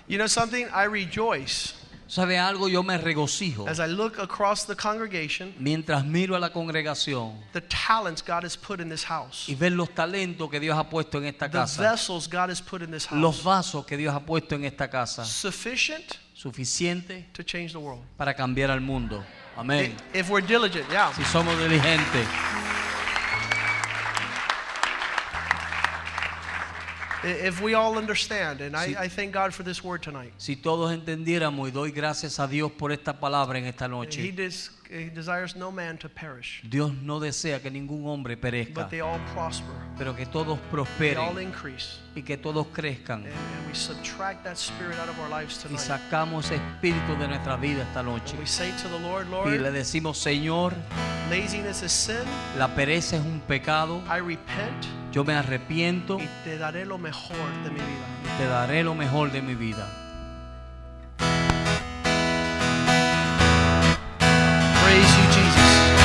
Speaker 2: You know something? I rejoice
Speaker 1: ¿Sabe algo? Yo me regocijo.
Speaker 2: as I look across the congregation,
Speaker 1: Mientras miro a la congregación
Speaker 2: the talents God has put in this house,
Speaker 1: y ver los talentos que Dios ha puesto en esta
Speaker 2: the
Speaker 1: casa,
Speaker 2: vessels God has put in this
Speaker 1: los
Speaker 2: house,
Speaker 1: vasos que Dios ha puesto en esta casa,
Speaker 2: sufficient
Speaker 1: suficiente
Speaker 2: to change the world.
Speaker 1: para cambiar al mundo. Amén.
Speaker 2: If we're diligent, yeah.
Speaker 1: Si somos diligentes.
Speaker 2: I- If we all understand, and I,
Speaker 1: Sí.
Speaker 2: I thank God for this word tonight.
Speaker 1: Si todos entendiéramos y doy gracias a Dios por esta palabra en esta
Speaker 2: He,
Speaker 1: noche.
Speaker 2: des, he desires no man to perish,
Speaker 1: Dios no desea que ningún hombre perezca,
Speaker 2: but they all prosper,
Speaker 1: pero que todos
Speaker 2: they all
Speaker 1: prosperen
Speaker 2: increase.
Speaker 1: y que todos
Speaker 2: And,
Speaker 1: crezcan.
Speaker 2: and we subtract that spirit out of our lives
Speaker 1: Y
Speaker 2: tonight.
Speaker 1: sacamos ese espíritu de nuestra vida esta noche.
Speaker 2: And we say to the Lord,
Speaker 1: Y le
Speaker 2: Lord,
Speaker 1: decimos, Señor,
Speaker 2: laziness is sin.
Speaker 1: la pereza es un pecado,
Speaker 2: I repent
Speaker 1: yo me arrepiento
Speaker 2: y te daré lo mejor de mi vida.
Speaker 1: te daré lo mejor de mi vida.
Speaker 2: Praise you, Jesus.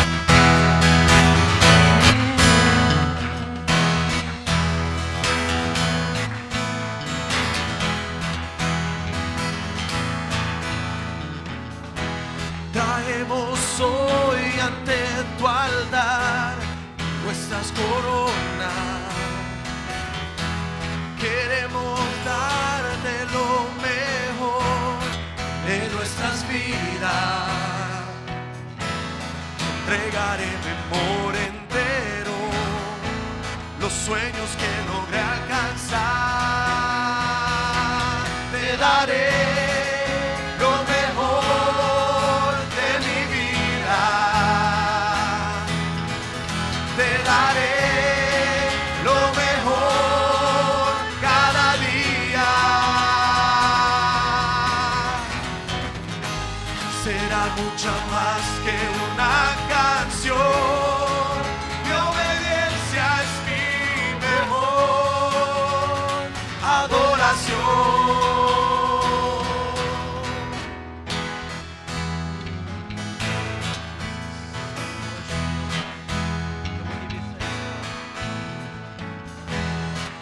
Speaker 4: Traemos hoy ante tu altar nuestras coronas. Queremos darte lo mejor de nuestras vidas. Entregaré mi amor entero, los sueños que logré alcanzar. Te daré lo mejor de mi vida. será mucha más que una canción. Mi obediencia es mi mejor adoración.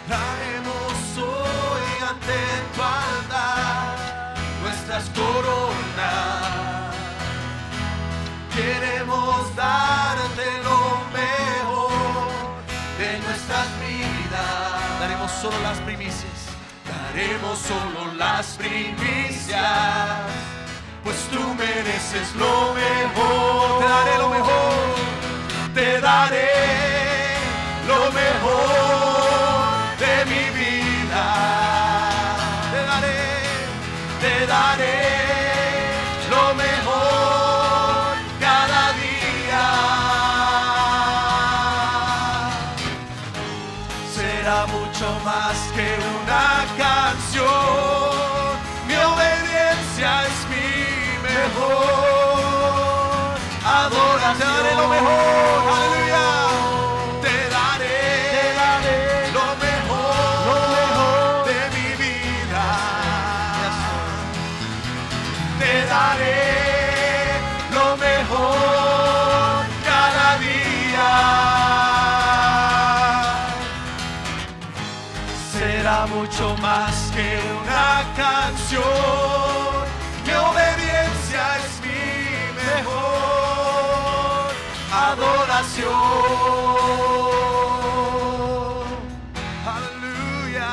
Speaker 4: Traemos hoy ante tu altar nuestras coronas. Queremos darte lo mejor de nuestras vidas. Daremos solo las primicias. Daremos solo las primicias. Pues tú mereces lo mejor. Te daré lo mejor te daré lo mejor de mi vida. Te daré, te daré lo mejor cada día será mucho más que una canción. Mi obediencia es mi mejor adoración. Te daré lo mejor, aleluya. Te daré, te daré lo mejor, de mi vida. Te daré lo mejor cada día será mucho más que una canción. Mi obediencia es mi mejor adoración. Aleluya,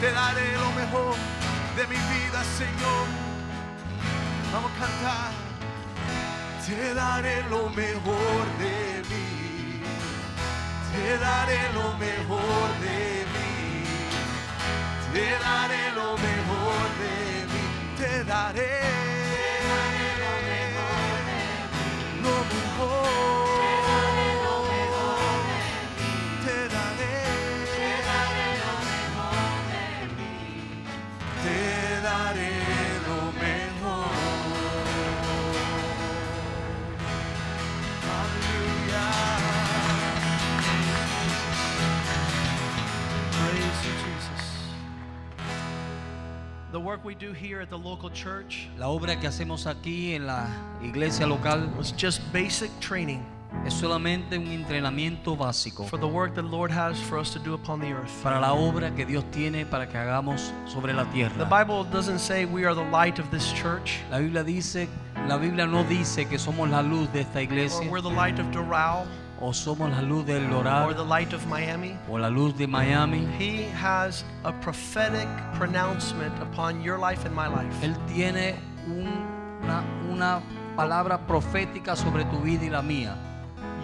Speaker 4: te daré lo mejor de mi vida, Señor. Vamos a cantar. Te daré lo mejor de mí te daré lo mejor de mí, te daré lo mejor de mí, te daré lo mejor de mí, lo mejor, te daré lo mejor de mí, te daré lo mejor, aleluya.
Speaker 2: Praise you, Jesus. The work we do here at the local church
Speaker 1: La obra que hacemos aquí en la iglesia local
Speaker 2: was just basic training
Speaker 1: es solamente un entrenamiento básico
Speaker 2: for the work the Lord has for us to do upon the earth.
Speaker 1: para la obra que Dios tiene para que hagamos sobre la
Speaker 2: The
Speaker 1: tierra.
Speaker 2: Bible doesn't say we are the light of this church
Speaker 1: La Biblia dice, la Biblia no dice que somos la luz de esta
Speaker 2: or
Speaker 1: iglesia
Speaker 2: we're the light of Doral
Speaker 1: o somos la luz
Speaker 2: or
Speaker 1: del
Speaker 2: the
Speaker 1: Dorado
Speaker 2: light of Miami.
Speaker 1: o la luz de Miami.
Speaker 2: He has a prophetic pronouncement upon your life and my life.
Speaker 1: Él tiene un- una, una palabra profética sobre tu vida y la mía.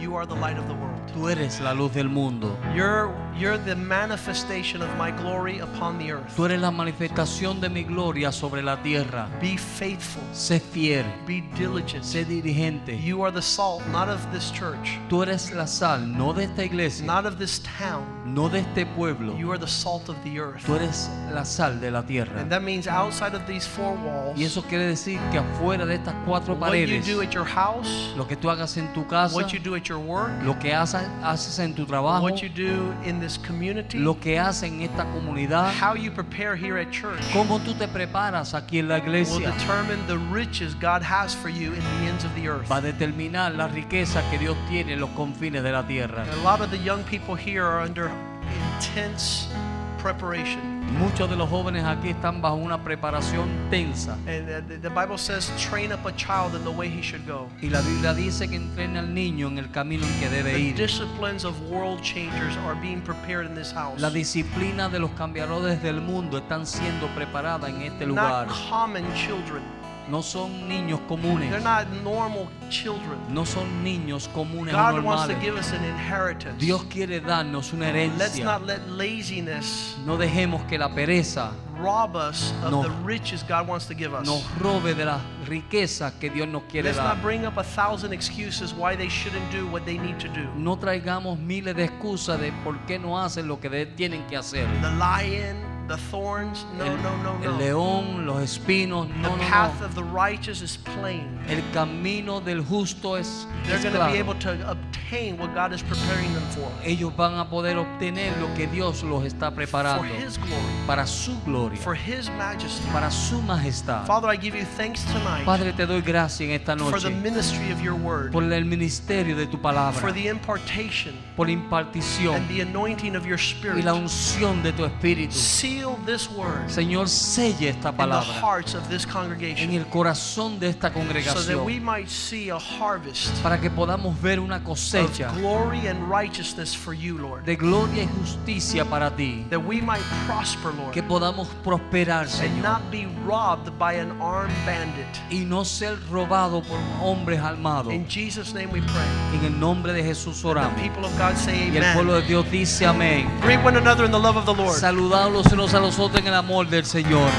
Speaker 2: You are the light of the world.
Speaker 1: Tú eres la luz del mundo.
Speaker 2: You're you're the manifestation of my glory upon the
Speaker 1: Tú
Speaker 2: earth.
Speaker 1: eres la manifestación de mi gloria sobre la tierra.
Speaker 2: Be faithful.
Speaker 1: Sé fiel,
Speaker 2: Be diligent.
Speaker 1: sé dirigente.
Speaker 2: You are the salt, not of this church,
Speaker 1: Tú eres la sal, no de esta iglesia,
Speaker 2: not of this town.
Speaker 1: no de este pueblo.
Speaker 2: You are the salt of the earth.
Speaker 1: Tú eres la sal de la tierra.
Speaker 2: And that means outside of these four walls,
Speaker 1: Y eso quiere decir que afuera de estas cuatro
Speaker 2: what you
Speaker 1: paredes,
Speaker 2: do at your house,
Speaker 1: lo que tú hagas en tu casa,
Speaker 2: what you do at your work,
Speaker 1: lo que haces, haces en tu trabajo,
Speaker 2: what you do in this community,
Speaker 1: lo que haces en esta comunidad,
Speaker 2: how you prepare here at church
Speaker 1: cómo tú te preparas aquí en la
Speaker 2: will
Speaker 1: iglesia,
Speaker 2: determine the riches God has for you in the ends of the earth.
Speaker 1: va a determinar la riqueza que Dios tiene en los confines de la tierra.
Speaker 2: And a lot of the young people here are under intense preparation.
Speaker 1: Muchos de los jóvenes aquí están bajo una preparación tensa.
Speaker 2: And uh, the- the Bible says, train up a child in the way he should go.
Speaker 1: Y la Biblia dice que entrena al niño en el camino en que debe
Speaker 2: The
Speaker 1: ir.
Speaker 2: disciplines of world changers are being prepared in this house.
Speaker 1: La disciplina de los cambiadores del mundo están siendo preparada en este
Speaker 2: Not
Speaker 1: lugar.
Speaker 2: common children.
Speaker 1: No son niños
Speaker 2: They're
Speaker 1: comunes.
Speaker 2: not normal children.
Speaker 1: No son niños comunes o
Speaker 2: God wants to give
Speaker 1: normales.
Speaker 2: us an inheritance.
Speaker 1: Dios quiere darnos una
Speaker 2: Let's
Speaker 1: herencia.
Speaker 2: not let laziness
Speaker 1: No dejemos que la pereza
Speaker 2: rob us of
Speaker 1: No.
Speaker 2: the riches God wants to give us.
Speaker 1: nos robe de las riquezas que Dios nos quiere
Speaker 2: Let's not
Speaker 1: dar.
Speaker 2: bring up a thousand excuses why they shouldn't do what they need to do.
Speaker 1: No traigamos miles de excusas de por qué no hacen lo que de- tienen que hacer.
Speaker 2: The lion the thorns. No,
Speaker 1: El,
Speaker 2: no, no,
Speaker 1: el
Speaker 2: no.
Speaker 1: león, los espinos,
Speaker 2: The
Speaker 1: no, no,
Speaker 2: path
Speaker 1: no.
Speaker 2: of the righteous is plain.
Speaker 1: El camino del justo es,
Speaker 2: They're
Speaker 1: es
Speaker 2: going to be
Speaker 1: claro.
Speaker 2: able to obtain what God is preparing them for,
Speaker 1: Ellos van a poder obtener lo que Dios los está
Speaker 2: for
Speaker 1: preparando
Speaker 2: His glory,
Speaker 1: para su gloria,
Speaker 2: for His majesty.
Speaker 1: para su majestad.
Speaker 2: Father, I give you thanks tonight
Speaker 1: Padre, te doy gracias en esta
Speaker 2: for the
Speaker 1: noche
Speaker 2: ministry of your word,
Speaker 1: por el ministerio de tu
Speaker 2: for
Speaker 1: palabra,
Speaker 2: the impartation
Speaker 1: por la
Speaker 2: and
Speaker 1: impartición
Speaker 2: the anointing of your
Speaker 1: y la
Speaker 2: spirit.
Speaker 1: unción de tu espíritu.
Speaker 2: Seal this word
Speaker 1: Señor, selle esta
Speaker 2: in the
Speaker 1: palabra
Speaker 2: hearts of this
Speaker 1: en
Speaker 2: congregation
Speaker 1: el corazón de esta
Speaker 2: so that we
Speaker 1: congregación
Speaker 2: might see a harvest
Speaker 1: para que podamos ver una
Speaker 2: of
Speaker 1: cosecha
Speaker 2: glory and righteousness for you, Lord.
Speaker 1: de gloria y justicia para ti,
Speaker 2: That we might prosper,
Speaker 1: que
Speaker 2: Lord,
Speaker 1: podamos prosperar,
Speaker 2: and
Speaker 1: Señor,
Speaker 2: not be robbed by an armed bandit.
Speaker 1: y no ser robado por hombres armados.
Speaker 2: In Jesus' name we pray.
Speaker 1: En el nombre de Jesús
Speaker 2: The
Speaker 1: oramos.
Speaker 2: people of God say
Speaker 1: Y el pueblo
Speaker 2: amen.
Speaker 1: de Dios dice amén.
Speaker 2: Greet one another in the love of the Lord.
Speaker 1: Saludados los unos a los otros en el amor del Señor.